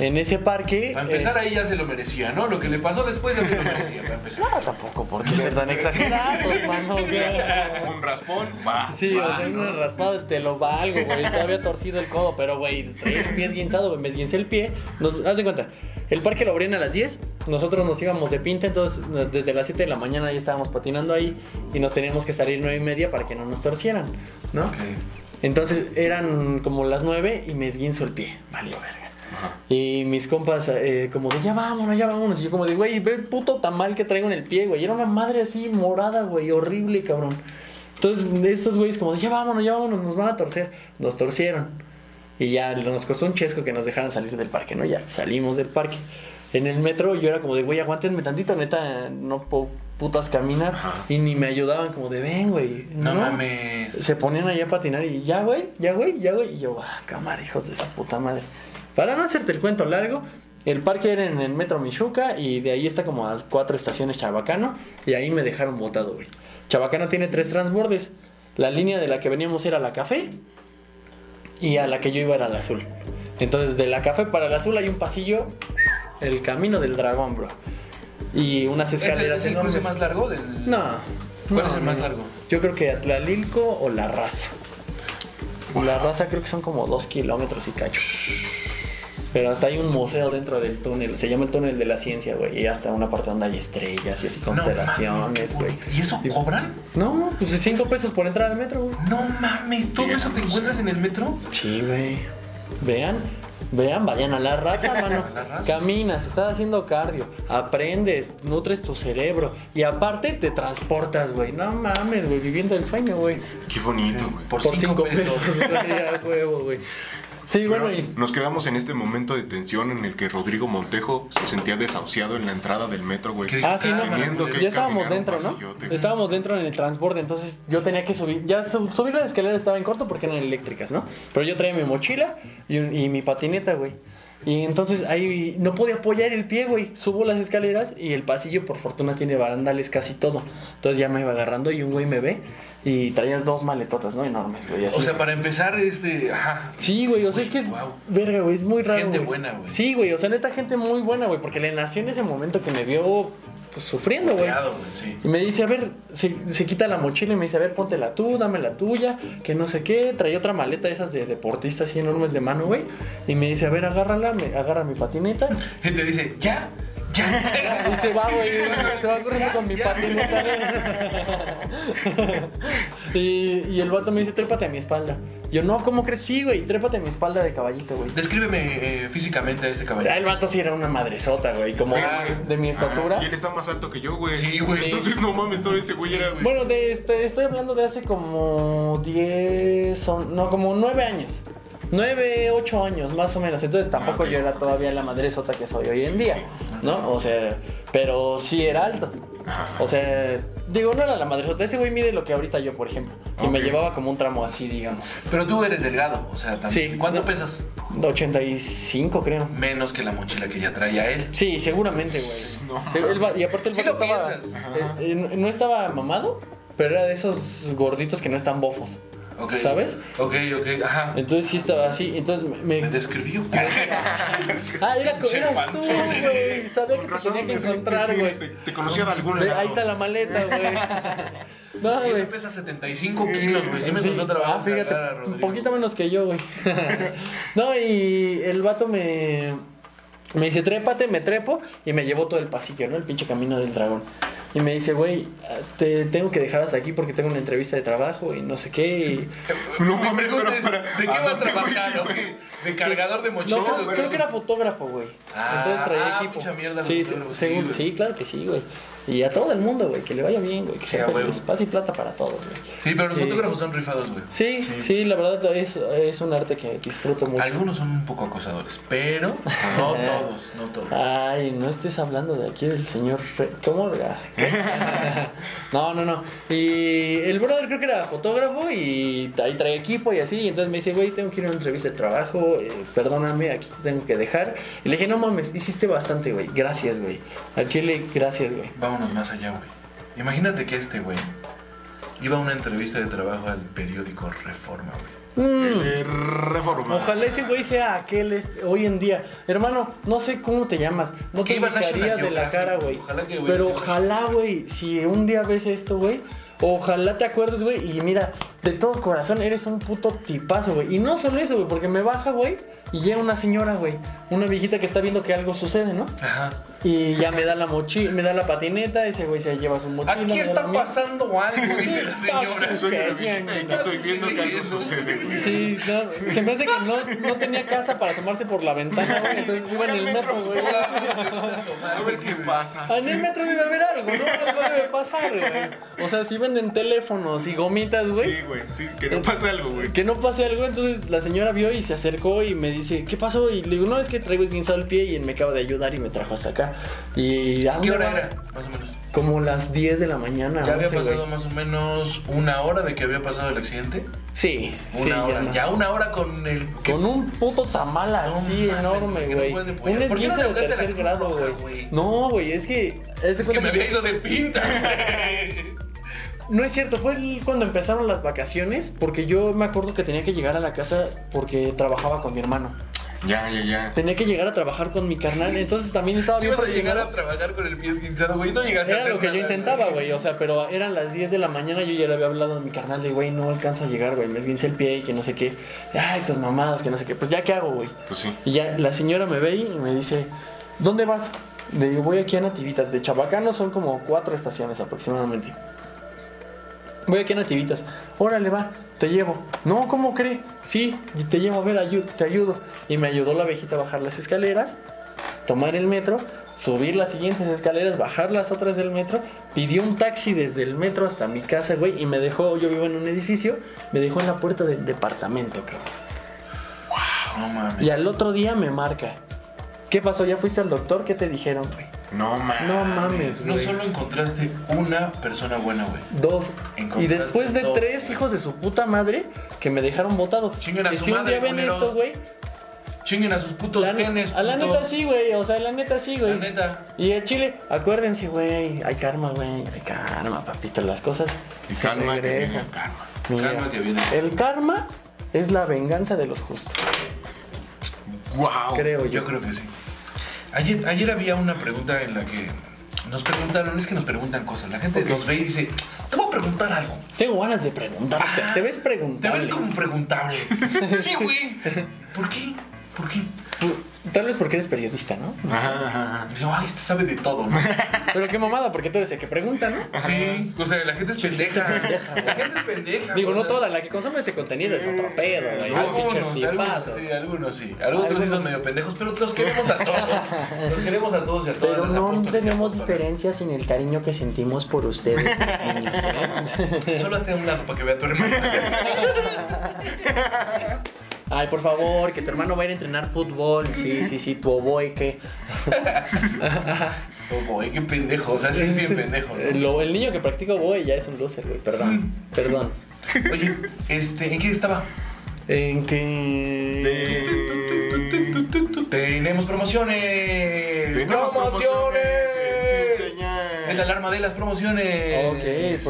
Speaker 6: En ese parque...
Speaker 1: Para empezar
Speaker 6: eh,
Speaker 1: ahí ya se lo merecía, ¿no? Lo que le pasó después ya se lo merecía, para empezar.
Speaker 6: ah, tampoco, ¿por qué ser tan exagerado, hermano? O sea,
Speaker 4: Un raspón, va.
Speaker 6: Sí, o
Speaker 1: Ah,
Speaker 6: sea,
Speaker 1: no.
Speaker 6: una raspada te lo valgo, güey. Todavía torcido el codo, pero, güey, traía el pie esguinzado, güey. Me esguincé el pie. Nos, haz de cuenta, el parque lo abrían a las 10. Nosotros nos íbamos de pinta, entonces no- desde las 7 de la mañana ya estábamos patinando ahí y nos teníamos que salir 9 y media para que no nos torcieran, ¿no?
Speaker 1: Eh,
Speaker 6: Entonces eran como las 9 y me esguinzo el pie. Valió verga. Y mis compas, eh, como de ya vámonos, ya vámonos. Y yo, como de güey, ve el puto tamal que traigo en el pie, güey. Era una madre así morada, güey, horrible, cabrón. Entonces, estos güeyes, como de ya vámonos, ya vámonos, nos van a torcer. Nos torcieron. Y ya nos costó un chesco que nos dejaran salir del parque, ¿no? Ya salimos del parque. En el metro yo era como de, güey, aguántenme tantito, neta, no puedo putas caminar. Y ni me ayudaban, como de, ven, güey.
Speaker 1: No mames.
Speaker 6: Se ponían allá a patinar y ya, güey, ya, güey, ya, güey. Y yo, ah, cámara, hijos de su puta madre. Para no hacerte el cuento largo, el parque era en el metro Michuca y de ahí está como a cuatro estaciones Chabacano y ahí me dejaron botado, güey. Chabacano tiene tres transbordes. La línea de la que veníamos era la café y a la que yo iba era la azul. Entonces, de la café para la azul hay un pasillo, el camino del dragón, bro. Y unas
Speaker 1: ¿Es el,
Speaker 6: escaleras
Speaker 1: es el
Speaker 6: enormes.
Speaker 1: cruce más largo del...?
Speaker 6: No.
Speaker 1: ¿Cuál
Speaker 6: no,
Speaker 1: es el más
Speaker 6: no.
Speaker 1: largo?
Speaker 6: Yo creo que Atlalilco o La Raza. La Raza creo que son como dos kilómetros y cacho. Pero hasta hay un museo dentro del túnel. Se llama el túnel de la ciencia, güey. Y hasta una parte donde hay estrellas y así
Speaker 1: No mames,
Speaker 6: constelaciones,
Speaker 1: qué
Speaker 6: güey.
Speaker 1: bonito. ¿Y eso cobran?
Speaker 6: No, pues de cinco pesos por entrar al metro, güey.
Speaker 1: No mames, ¿todo eso te encuentras en el metro?
Speaker 6: Sí, güey. Vean, vean, vayan a la raza, mano.
Speaker 1: La raza.
Speaker 6: Caminas, estás haciendo cardio, aprendes, nutres tu cerebro y aparte te transportas, güey. No mames, güey, viviendo el sueño, güey.
Speaker 4: Qué bonito, güey.
Speaker 1: Por cinco pesos.
Speaker 6: güey, a huevo, güey. Sí, bueno,
Speaker 4: Bueno,
Speaker 6: y.
Speaker 4: nos quedamos en este momento de tensión en el que Rodrigo Montejo se sentía desahuciado en la entrada del metro, güey.
Speaker 1: ¿Qué?
Speaker 6: Ah, sí, no.
Speaker 4: Teniendo que
Speaker 6: Ya estábamos
Speaker 4: caminar un
Speaker 6: dentro, ¿no?
Speaker 4: pasillote.
Speaker 6: Estábamos dentro en el transborde, entonces yo tenía que subir. Ya sub- subir las escaleras estaba en corto porque eran eléctricas, ¿no? Pero yo traía mi mochila y, un- y mi patineta, güey. Y entonces ahí no podía apoyar el pie, güey. Subo las escaleras y el pasillo, por fortuna, tiene barandales casi todo. Entonces ya me iba agarrando y un güey me ve y traía dos maletotas, ¿no? Enormes, güey. así.
Speaker 1: O sea, para empezar, este. Ajá.
Speaker 6: Sí, güey, o sea, es que es.
Speaker 1: guau.
Speaker 6: Verga, güey, es muy raro.
Speaker 1: Gente buena, güey.
Speaker 6: Sí, güey, o sea, neta, gente muy buena, güey, porque le nació en ese momento que me vio pues, sufriendo, güey.
Speaker 1: Puteado, güey, sí.
Speaker 6: Y me dice, a ver, se, se quita la mochila y me dice, a ver, póntela tú, dame la tuya, que no sé qué. Traía otra maleta de esas de deportistas así enormes de mano, güey. Y me dice, a ver, agárrala, me agarra mi patineta.
Speaker 1: Y te dice, ya, ya.
Speaker 6: Y se va, güey, se va corriendo con mi patineta. ¿no? y, y el vato me dice, trépate a mi espalda. Yo, no, ¿cómo crees? Sí, güey, trépate a mi espalda de caballito, güey.
Speaker 1: Descríbeme eh, físicamente a
Speaker 6: Ah,
Speaker 1: este
Speaker 6: El
Speaker 1: caballero.
Speaker 6: vato sí era una madresota, güey, como
Speaker 4: Ah,
Speaker 6: de mi estatura.
Speaker 4: Ah, y él está más alto que yo, güey.
Speaker 1: Sí, güey.
Speaker 4: Entonces, no mames, todo ese güey era, güey.
Speaker 6: Bueno, de este, estoy hablando de hace como 10, son- no, como 9 años. 9, 8 años más o menos. Entonces tampoco
Speaker 4: Ah, ok.
Speaker 6: yo era todavía la madre sota que soy hoy en día, ¿no? O sea, pero sí era alto. O sea, digo, no era la madre sota. Ese güey mide lo que ahorita yo, por ejemplo. Y me
Speaker 4: Ok.
Speaker 6: llevaba como un tramo así, digamos.
Speaker 1: Pero tú eres delgado, o sea, también.
Speaker 6: Sí.
Speaker 1: ¿Cuánto
Speaker 6: No.
Speaker 1: pesas?
Speaker 6: 85, creo.
Speaker 1: Menos que la mochila que ya traía él.
Speaker 6: Sí, seguramente, güey.
Speaker 4: No
Speaker 6: Se- el va- y aparte el
Speaker 1: Sí
Speaker 6: vato
Speaker 1: lo
Speaker 6: estaba.
Speaker 1: piensas.
Speaker 6: eh, eh, no- no estaba mamado, pero era de esos gorditos que no están bofos.
Speaker 1: Ok.
Speaker 6: ¿Sabes?
Speaker 1: Ok, ok, ajá.
Speaker 6: Entonces sí estaba así. Entonces me.
Speaker 1: Me describió.
Speaker 6: Ah, era co- eras tú, güey. Sabía que
Speaker 4: Con
Speaker 6: te tenía que
Speaker 4: pensé-
Speaker 6: encontrar,
Speaker 4: pensé que
Speaker 6: güey.
Speaker 4: Te, te conocía de algún
Speaker 6: Ve,
Speaker 4: lado.
Speaker 6: Ahí está la maleta, güey. No,
Speaker 1: Y Ese
Speaker 6: Ah, güey.
Speaker 1: pesa 75 kilos, güey. Pues Sí me
Speaker 6: Sí.
Speaker 1: costó trabajo.
Speaker 6: Ah, fíjate,
Speaker 1: cargar a Rodrigo.
Speaker 6: un poquito menos que yo, güey. no, y el vato me. Me dice, trépate, me trepo y me llevó todo el pasillo, ¿no? El pinche camino del dragón. Y me dice, güey, te tengo que dejar hasta aquí porque tengo una entrevista de trabajo y no sé qué.
Speaker 4: No
Speaker 1: Mi
Speaker 4: mames, pero
Speaker 1: pregunta es,
Speaker 4: para.
Speaker 1: ¿De qué va a
Speaker 4: dónde, güey?
Speaker 1: trabajar?
Speaker 4: Sí,
Speaker 1: o
Speaker 4: güey.
Speaker 1: qué? ¿De cargador de
Speaker 6: Y...
Speaker 1: mochila?
Speaker 6: No, creo, creo que era fotógrafo, güey.
Speaker 1: Ah,
Speaker 6: Entonces traía
Speaker 1: ah,
Speaker 6: equipo.
Speaker 1: mucha mierda,
Speaker 6: sí,
Speaker 1: los
Speaker 6: se-
Speaker 1: fotógrafos,
Speaker 6: según-
Speaker 1: sí, güey.
Speaker 6: sí, claro que sí, güey. Y a todo el mundo, güey, que le vaya bien, güey, que sea
Speaker 1: Sí, a
Speaker 6: feliz.
Speaker 1: huevo.
Speaker 6: Paz y plata para todos, güey.
Speaker 1: Sí, pero los
Speaker 6: Sí.
Speaker 1: fotógrafos son rifados, güey.
Speaker 6: Sí, sí, la verdad es, es un arte que disfruto mucho.
Speaker 1: Algunos son un poco acosadores, pero no todos, no todos.
Speaker 6: Ay, no estés hablando de aquí del señor. Re- ¿Cómo? Ah. No, no, no. Y el brother creo que era fotógrafo y ahí trae equipo y así. Y entonces me dice, güey, tengo que ir a una entrevista de trabajo. eh, perdóname, aquí te tengo que dejar. Y le dije, no mames, hiciste bastante, güey. Gracias, güey. Al chile, gracias, güey.
Speaker 1: Vámonos más allá, güey. Imagínate que este güey iba a una entrevista de trabajo al periódico Reforma, güey.
Speaker 4: Eh, Reforma.
Speaker 6: Ojalá ese güey sea aquel este- hoy en día. Hermano, no sé cómo te llamas. No
Speaker 1: Que
Speaker 6: te
Speaker 1: iba a
Speaker 6: ubicaría
Speaker 1: National
Speaker 6: de la
Speaker 1: Geographic.
Speaker 6: cara, güey.
Speaker 1: Ojalá que, güey,
Speaker 6: Pero
Speaker 1: no te-
Speaker 6: ojalá, güey, si un día ves esto, güey. Ojalá te acuerdes, güey. Y mira, de todo corazón, eres un puto tipazo, güey. Y no solo eso, güey, porque me baja, güey. Y llega una señora, güey. Una viejita que está viendo que algo sucede, ¿no?
Speaker 1: Ajá.
Speaker 6: Y ya me da la mochila, me da la patineta. Ese güey se lleva su mochila.
Speaker 1: Aquí
Speaker 6: me da la
Speaker 1: está
Speaker 6: mía.
Speaker 1: pasando algo, dice la
Speaker 6: Está
Speaker 1: señora.
Speaker 6: sus-
Speaker 4: Soy una
Speaker 6: Ok, bien,
Speaker 4: viejita y
Speaker 6: güey.
Speaker 4: yo estoy viendo que algo sucede, güey.
Speaker 6: Sí, no, se me hace que no, no tenía casa para asomarse por la ventana, güey. Entonces iba en el metro, güey.
Speaker 4: A ver qué pasa.
Speaker 6: En el metro debe haber algo, ¿no? Algo debe pasar, güey. O sea, si venden teléfonos y gomitas, güey.
Speaker 4: Sí, güey. Sí, que no pasa algo, güey.
Speaker 6: Que no pase algo, entonces la señora vio y se acercó y me dice, ¿qué pasó? Y le digo, no, es que traigo esguinzado el pie y él me acaba de ayudar y me trajo hasta acá. Y ¿a
Speaker 1: ¿Qué
Speaker 6: dónde
Speaker 1: hora
Speaker 6: vas?
Speaker 1: era? Más o menos.
Speaker 6: Como las 10 de la mañana.
Speaker 1: Ya había
Speaker 6: 11, Ah, güey.
Speaker 1: pasado más o menos una hora de que había pasado el accidente.
Speaker 6: Sí,
Speaker 1: Una
Speaker 6: sí,
Speaker 1: hora. Ya,
Speaker 6: más.
Speaker 1: una hora con el. que-
Speaker 6: Con un puto tamal así
Speaker 1: mames,
Speaker 6: enorme,
Speaker 1: güey, que no
Speaker 6: güey.
Speaker 1: puedes ni
Speaker 6: un
Speaker 1: apoyar. ¿Por qué no
Speaker 6: esguince
Speaker 1: le
Speaker 6: de
Speaker 1: tocaste la
Speaker 6: tercer
Speaker 1: Cruz
Speaker 6: grado,
Speaker 1: Roja,
Speaker 6: güey.
Speaker 1: güey?
Speaker 6: No, güey, es que. Es
Speaker 1: que me había ido de pinta, güey.
Speaker 6: No es cierto, fue el- cuando empezaron las vacaciones, porque yo me acuerdo que tenía que llegar a la casa porque trabajaba con mi hermano.
Speaker 4: Ya, ya, ya.
Speaker 6: Tenía que llegar a trabajar con mi carnal, entonces también estaba bien
Speaker 1: Ibas a llegar a
Speaker 6: presionado.
Speaker 1: trabajar con el pie esguinzado, güey. No llegaste a
Speaker 6: Era
Speaker 1: hacer
Speaker 6: lo que yo
Speaker 1: nada,
Speaker 6: intentaba, güey, o sea, pero eran las 10 de la mañana, yo ya le había hablado a mi carnal de, güey, no alcanzo a llegar, güey, me esguince el pie y que no sé qué. Ay, tus mamadas, que no sé qué. Pues ya, ¿qué hago, güey?
Speaker 4: Pues sí.
Speaker 6: Y ya la señora me ve y me dice, ¿dónde vas? Le digo, voy aquí a Nativitas. De Chabacano son como cuatro estaciones aproximadamente. Voy aquí a Nativitas. Órale, va, te llevo. No, ¿cómo cree? Sí, y te llevo, a ver, ayu- te ayudo. Y me ayudó la viejita a bajar las escaleras, tomar el metro, subir las siguientes escaleras, bajar las otras del metro. Pidió un taxi desde el metro hasta mi casa, güey, y me dejó, yo vivo en un edificio, me dejó en la puerta del departamento, cabrón.
Speaker 1: No
Speaker 6: Y
Speaker 1: mames.
Speaker 6: al otro día me marca. ¿Qué pasó? ¿Ya fuiste al doctor? ¿Qué te dijeron, güey?
Speaker 4: No mames.
Speaker 6: No mames,
Speaker 1: No
Speaker 6: güey.
Speaker 1: solo encontraste una persona buena, güey.
Speaker 6: Dos.
Speaker 1: Encontraste
Speaker 6: Y después de
Speaker 1: dos,
Speaker 6: tres
Speaker 1: güey.
Speaker 6: hijos de su puta madre que me dejaron botado.
Speaker 1: Chinguen a
Speaker 6: Que
Speaker 1: su
Speaker 6: si un
Speaker 1: madre,
Speaker 6: día ven
Speaker 1: culeros.
Speaker 6: esto, güey.
Speaker 1: Chinguen a sus putos
Speaker 6: La, ne-
Speaker 1: genes.
Speaker 6: a la
Speaker 1: puto.
Speaker 6: neta sí, güey. O sea, la neta sí,
Speaker 1: La
Speaker 6: güey.
Speaker 1: neta.
Speaker 6: Y el chile, acuérdense, güey. Hay karma, güey. Hay karma, papito. Las cosas.
Speaker 4: Y
Speaker 6: se
Speaker 4: calma, que
Speaker 6: regresan.
Speaker 4: viene el karma.
Speaker 6: Mira,
Speaker 1: Calma que viene.
Speaker 6: El karma es la venganza de los justos,
Speaker 4: Wow.
Speaker 6: creo yo.
Speaker 1: Oh, Yo creo que sí. Ayer, ayer había una pregunta en la que nos preguntaron, es que nos preguntan cosas. La gente nos ve y dice, te voy a preguntar algo.
Speaker 6: Tengo ganas de preguntarte. Te ves
Speaker 1: Te
Speaker 6: preguntable.
Speaker 1: ves como preguntable. sí, güey. ¿Por qué? ¿Por qué?
Speaker 6: Tal vez porque eres periodista, ¿no?
Speaker 4: Ajá, ajá, ajá.
Speaker 1: No, ay, este sabe de todo, ¿no?
Speaker 6: Pero qué mamada, porque tú eres el que pregunta, ¿no?
Speaker 1: Sí, o sea, la gente es pendeja.
Speaker 6: pendeja, güey.
Speaker 1: La gente es pendeja.
Speaker 6: Digo,
Speaker 1: o
Speaker 6: no
Speaker 1: sea,
Speaker 6: toda, la que consume este contenido es otro pedo, güey. Hay pinches
Speaker 1: Algunos, algunos
Speaker 6: flipazos.
Speaker 1: sí, algunos sí. Algunos sí son
Speaker 6: Algunos-
Speaker 1: medio pendejos, pero los queremos a todos. Los queremos a todos y a todas.
Speaker 6: Pero
Speaker 1: las
Speaker 6: no
Speaker 1: apóstoles y
Speaker 6: tenemos
Speaker 1: apóstolas.
Speaker 6: diferencias en el cariño que sentimos por ustedes, niños, ¿eh?
Speaker 1: Solo hazte a un lado para que vea a tu hermano.
Speaker 6: Ay, por favor, que tu hermano va a ir a entrenar fútbol. Sí, sí, sí, tu oboe que.
Speaker 1: Como, ay, Oh, qué pendejo. O sea, sí es bien pendejo.
Speaker 6: Eh,
Speaker 1: ¿no?
Speaker 6: lo- el niño que practica oboe ya es un loser, güey. Perdón, perdón.
Speaker 1: Oye, este, ¿en qué estaba?
Speaker 6: En que.
Speaker 4: De-
Speaker 1: Tenemos promociones.
Speaker 4: Tenemos
Speaker 1: promociones.
Speaker 4: promociones, sin- sin señal.
Speaker 1: Es la alarma de las promociones.
Speaker 6: Ok,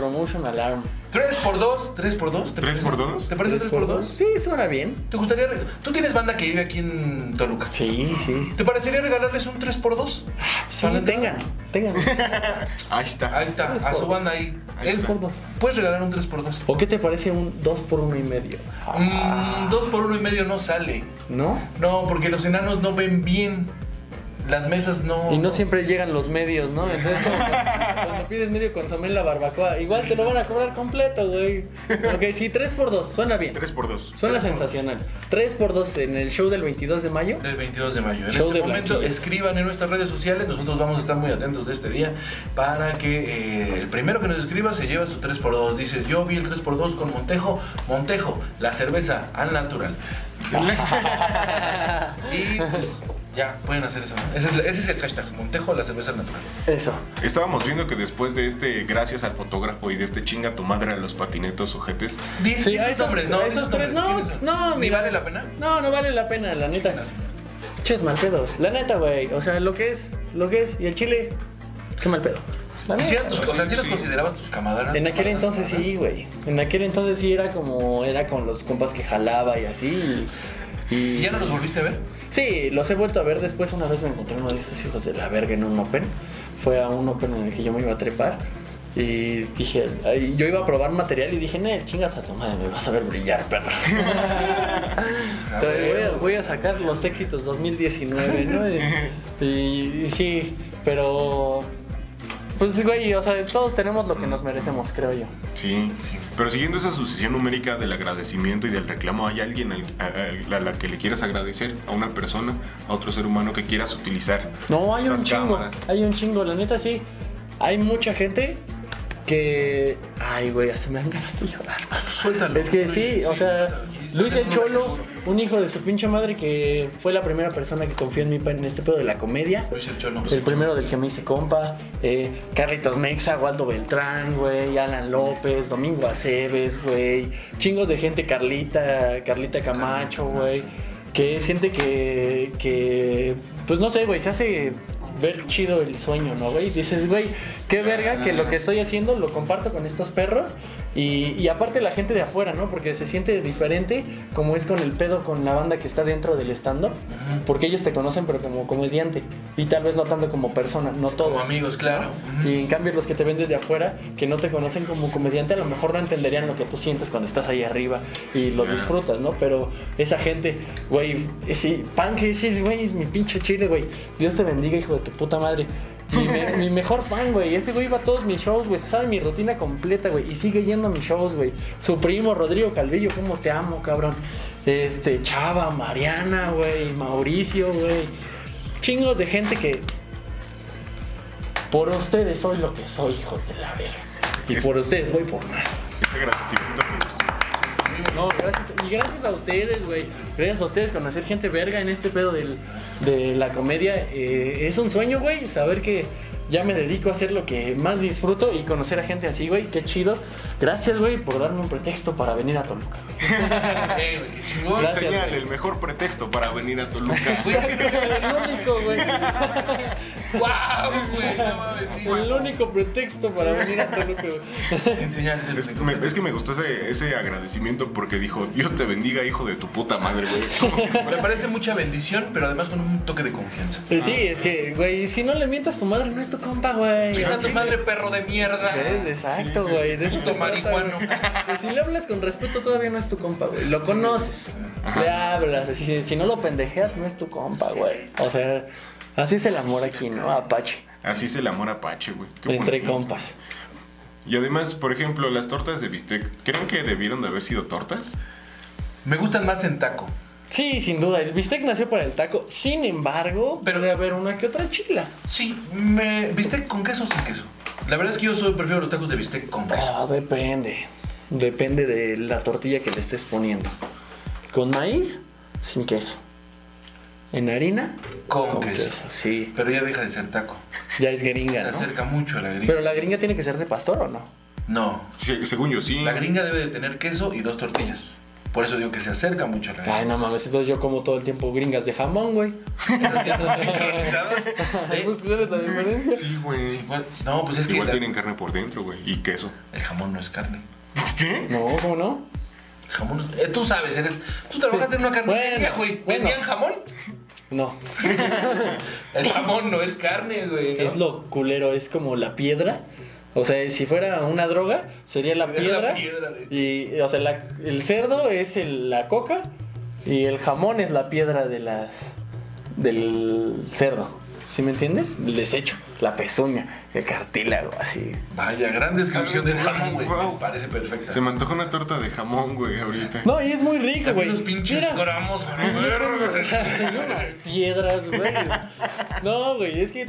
Speaker 6: promotion alarm.
Speaker 1: 3 por 2 3 por 2
Speaker 4: ¿Tres por dos?
Speaker 1: ¿Te parece 3 por 2
Speaker 6: Sí, suena bien.
Speaker 1: ¿Te gustaría.? re- Tú tienes banda que vive aquí en Toluca.
Speaker 6: Sí, sí.
Speaker 1: ¿Te parecería regalarles un 3 por 2
Speaker 6: Sí, tengan, tengan.
Speaker 4: Ahí está.
Speaker 1: Ahí está,
Speaker 6: Tres
Speaker 1: a
Speaker 6: por
Speaker 1: su
Speaker 6: dos.
Speaker 1: banda ahí.
Speaker 4: Ahí
Speaker 1: Él-
Speaker 4: está.
Speaker 6: Por dos.
Speaker 1: Puedes regalar un 3 por 2
Speaker 6: ¿O qué te parece un 2 por 1 y medio?
Speaker 1: Mm, 2 por 1 y medio no sale.
Speaker 6: ¿No?
Speaker 1: No, porque los enanos no ven bien. Las mesas no.
Speaker 6: Y no siempre llegan los medios, ¿no? Entonces, como cuando, cuando pides medio consomé en la barbacoa, igual te lo van a cobrar completo, güey. Ok, sí, 3 por 2 suena bien.
Speaker 4: Tres por dos.
Speaker 6: Suena sensacional. 3 por 2 en el show del 22 de mayo.
Speaker 1: Del 22 de mayo. En
Speaker 6: Show
Speaker 1: este
Speaker 6: de
Speaker 1: momento
Speaker 6: Blanquillo.
Speaker 1: escriban en nuestras redes sociales. Nosotros vamos a estar muy atentos de este día para que eh, el primero que nos escriba se lleva su 3x2. Dices, yo vi el 3x2 con Montejo. Montejo, la cerveza al natural. y pues ya, pueden hacer eso. Ese es, la- ese es el hashtag, Montejo, la cerveza al natural.
Speaker 6: Eso.
Speaker 4: Estábamos viendo que después de este, gracias al fotógrafo y de este chinga tu madre a los patinetos ojetes,
Speaker 1: Diez,
Speaker 6: Sí,
Speaker 1: diez
Speaker 6: a esos-
Speaker 1: nombres,
Speaker 6: a
Speaker 1: ¿no?
Speaker 6: esos
Speaker 1: Diez
Speaker 6: tres,
Speaker 1: nombres.
Speaker 6: no,
Speaker 1: ¿Quiénes son?
Speaker 6: no,
Speaker 1: ¿Ni
Speaker 6: mira.
Speaker 1: vale la pena?
Speaker 6: No, no vale la pena, la neta. Ches mal pedos. La neta, güey. O sea, lo que es, lo que es. Y el chile, qué mal pedo. La
Speaker 1: ¿Sí eran
Speaker 6: neta.
Speaker 1: tus-
Speaker 4: Sí,
Speaker 1: o sea, ¿sí las
Speaker 4: sí.
Speaker 1: considerabas tus camaradas?
Speaker 6: pues En aquel entonces sí, güey. En aquel entonces sí era como, era con los compas que jalaba y así. y-
Speaker 1: ¿Y
Speaker 6: y-
Speaker 1: ya no los volviste a ver?
Speaker 6: Sí, los he vuelto a ver después. Una vez me encontré uno de esos hijos de la verga en un open. Fue a un open en el que yo me iba a trepar. Y dije, ay, yo iba a probar material y dije, ne, chingas a tu madre, me vas a ver brillar, perro. Entonces, voy, a, voy a sacar los éxitos 2019, ¿no? Y, y- y sí, pero. Pues, güey, o sea, todos tenemos lo que nos merecemos, creo yo.
Speaker 4: Sí, pero siguiendo esa sucesión numérica del agradecimiento y del reclamo, ¿hay alguien al- a, a- a la que le quieras agradecer? ¿A una persona? ¿A otro ser humano que quieras utilizar?
Speaker 6: No, hay un
Speaker 4: estas
Speaker 6: chingo.
Speaker 4: cámaras?
Speaker 6: Hay un chingo, la neta sí. Hay mucha gente que. Ay, güey, hasta me dan ganas de llorar.
Speaker 1: Suéltalo.
Speaker 6: Es que sí, o sea, Luis el Cholo, un hijo de su pinche madre que fue la primera persona que confió en mí pa- en este pedo de la comedia.
Speaker 1: Luis el Cholo.
Speaker 6: El primero del que me hice compa, eh, Carlitos Mexa, Waldo Beltrán, güey, Alan López, Domingo Aceves, güey, chingos de gente, Carlita, Carlita Camacho, güey, que es gente que, que, pues no sé, güey, se hace ver chido el sueño, ¿no, güey? Dices, güey, qué verga que lo que estoy haciendo lo comparto con estos perros y, y aparte la gente de afuera, ¿no? Porque se siente diferente como es con el pedo con la banda que está dentro del stand-up, porque ellos te conocen pero como comediante y tal vez no tanto como persona, no todos.
Speaker 1: Como amigos, claro. Ujú.
Speaker 6: Y en cambio los que te ven desde afuera, que no te conocen como comediante, a lo mejor no entenderían lo que tú sientes cuando estás ahí arriba y lo disfrutas, ¿no? Pero esa gente, güey, sí, pan que sí, güey, es mi pinche chile, güey. Dios te bendiga, hijo de tu puta madre. Mi, me- mi mejor fan, güey. Ese güey va a todos mis shows, güey. se Sabe mi rutina completa, güey. Y sigue yendo a mis shows, güey. Su primo, Rodrigo Calvillo, cómo te amo, cabrón. Este, Chava, Mariana, güey. Mauricio, güey. Chingos de gente que por ustedes soy lo que soy, hijos de la verga. Y por ustedes voy por más.
Speaker 4: Ese agradecimiento que nos-
Speaker 6: No, gracias gracias, y gracias a ustedes, güey. Gracias a ustedes conocer gente verga en este pedo del- de la comedia. Eh, es un sueño, güey, saber que ya me dedico a hacer lo que más disfruto y conocer a gente así, güey. Qué chido. Gracias, güey, por darme un pretexto para venir a Toluca.
Speaker 1: Eh, güey, qué chingón.
Speaker 6: Gracias,
Speaker 4: Señal,
Speaker 6: güey.
Speaker 4: el mejor pretexto para venir a Toluca.
Speaker 6: el único, güey.
Speaker 1: ¡Guau, güey! No mames, sí, güey.
Speaker 6: El único pretexto para venir a Toluca, güey.
Speaker 1: Enseñarte el
Speaker 4: Es, que
Speaker 1: único
Speaker 4: me- es que me gustó ese, ese agradecimiento porque dijo, Dios te bendiga, hijo de tu puta madre, güey.
Speaker 1: Me parece mucha bendición, pero además con un toque de confianza.
Speaker 6: Eh, Sí,
Speaker 4: Ah.
Speaker 6: es que, güey, si no le mientas a tu madre, no es tu compa, güey.
Speaker 1: Hija tu madre, perro de mierda.
Speaker 6: Es- Exacto,
Speaker 4: Sí, sí,
Speaker 6: güey.
Speaker 4: sí.
Speaker 6: de eso
Speaker 1: Puto
Speaker 6: se trata,
Speaker 1: marihuano.
Speaker 6: güey. Pues Si le hablas con respeto, todavía no es tu compa, güey. Lo conoces. Le hablas. Si, si- si no lo pendejeas, no es tu compa, güey. O sea, así es el amor aquí, ¿no? Apache.
Speaker 4: Así es el amor apache, güey. Qué
Speaker 6: Entre
Speaker 4: bonito.
Speaker 6: compas.
Speaker 4: Y además, por ejemplo, las tortas de bistec, ¿creen que debieron de haber sido tortas?
Speaker 1: Me gustan más en taco.
Speaker 6: Sí, sin duda. El bistec nació para el taco. Sin embargo,
Speaker 1: Pero-
Speaker 6: pero debe haber una que otra chila.
Speaker 1: Sí, me bistec con queso o sin queso. La verdad es que yo soy, prefiero los tacos de bistec con queso.
Speaker 6: Ah, depende. Depende de la tortilla que le estés poniendo. Con maíz, sin queso. En harina,
Speaker 1: Con,
Speaker 6: Ah, con
Speaker 1: queso.
Speaker 6: queso. Sí,
Speaker 1: Pero ya deja de ser taco.
Speaker 6: ya es gringa,
Speaker 1: Se Eh.
Speaker 6: ¿no?
Speaker 1: acerca mucho a la gringa.
Speaker 6: Pero la gringa tiene que ser de pastor o no?
Speaker 1: No,
Speaker 4: Se- según yo, sí.
Speaker 1: la gringa debe de tener queso y dos tortillas. Por eso digo que se acerca mucho a la gringa.
Speaker 6: Ay, no mames, entonces yo como todo el tiempo gringas de jamón,
Speaker 1: Eh.
Speaker 6: güey.
Speaker 1: ¿Sincronizados?
Speaker 6: ¿Has
Speaker 1: Eh,
Speaker 6: buscado la diferencia?
Speaker 4: Sí, güey.
Speaker 1: sí, igual- no, pues es que
Speaker 4: Igual
Speaker 1: la-
Speaker 4: tienen carne por dentro, güey. Y queso.
Speaker 1: el jamón no es carne.
Speaker 4: ¿Qué?
Speaker 6: No, ¿cómo no?
Speaker 1: El jamón no es- eh, tú sabes, eres. Tú trabajaste en una carnicería,
Speaker 6: Bueno,
Speaker 1: güey.
Speaker 6: bueno.
Speaker 1: ¿Vendían jamón?
Speaker 6: No,
Speaker 1: El jamón no es carne, güey. ¿no?
Speaker 6: es lo culero, es como la piedra. O sea, si fuera una droga, sería la
Speaker 1: Sería
Speaker 6: piedra.
Speaker 1: la piedra de-
Speaker 6: Y, o sea, la- el cerdo es el- la coca y el jamón es la piedra de las, del cerdo. ¿Sí me entiendes? El desecho, la pezuña, el cartílago, así.
Speaker 1: Vaya, gran descripción del jamón, güey.
Speaker 4: Wow.
Speaker 1: Me parece perfecta.
Speaker 4: Se me antoja una torta de jamón, güey, ahorita.
Speaker 6: No, y es muy rico,
Speaker 1: También
Speaker 6: güey.
Speaker 1: los pinches
Speaker 6: Mira,
Speaker 1: gramos, a la verga.
Speaker 6: Tiene unas piedras, güey. No, güey, es que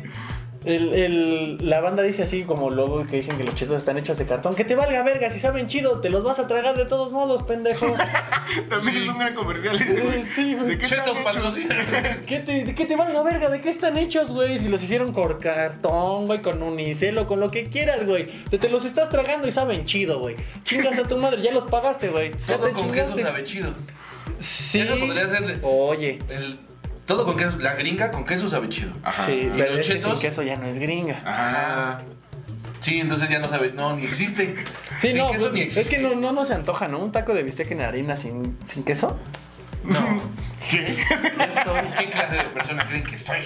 Speaker 6: el, el- la banda dice así como luego que dicen que los chetos están hechos de cartón. Que te valga verga, si saben chido, te los vas a tragar de todos modos, pendejo.
Speaker 4: También es un gran comercial ese, güey.
Speaker 6: Sí, güey.
Speaker 4: ¿De qué están
Speaker 1: Chetos
Speaker 4: hechos?
Speaker 1: patrocinan.
Speaker 6: ¿Qué te, ¿Qué te valga verga? ¿De qué están hechos, güey? Si los hicieron con cartón, güey, con unicelo, con lo que quieras, güey. Te, te los estás tragando y saben chido, güey. Chingas a tu madre, ya los pagaste, güey. Ya
Speaker 1: Todo
Speaker 6: te
Speaker 1: con queso
Speaker 6: chingaste.
Speaker 1: sabe chido.
Speaker 6: Sí.
Speaker 1: Eso podría ser-
Speaker 6: Oye.
Speaker 1: El- todo con queso. La gringa con queso sabe chido.
Speaker 4: Ajá.
Speaker 6: Sí,
Speaker 1: ¿Y
Speaker 6: pero
Speaker 1: los
Speaker 6: es que sin
Speaker 1: chetos?
Speaker 6: queso ya no es gringa.
Speaker 4: Ah,
Speaker 1: Sí, entonces ya no sabe. No, ni existe.
Speaker 6: Sí,
Speaker 1: Sin
Speaker 6: no,
Speaker 1: queso
Speaker 6: pues,
Speaker 1: ni
Speaker 6: es
Speaker 1: existe.
Speaker 6: que no, no, no se antoja, ¿no? Un taco de bistec en harina sin, sin queso.
Speaker 1: ¿Qué clase de persona creen que soy?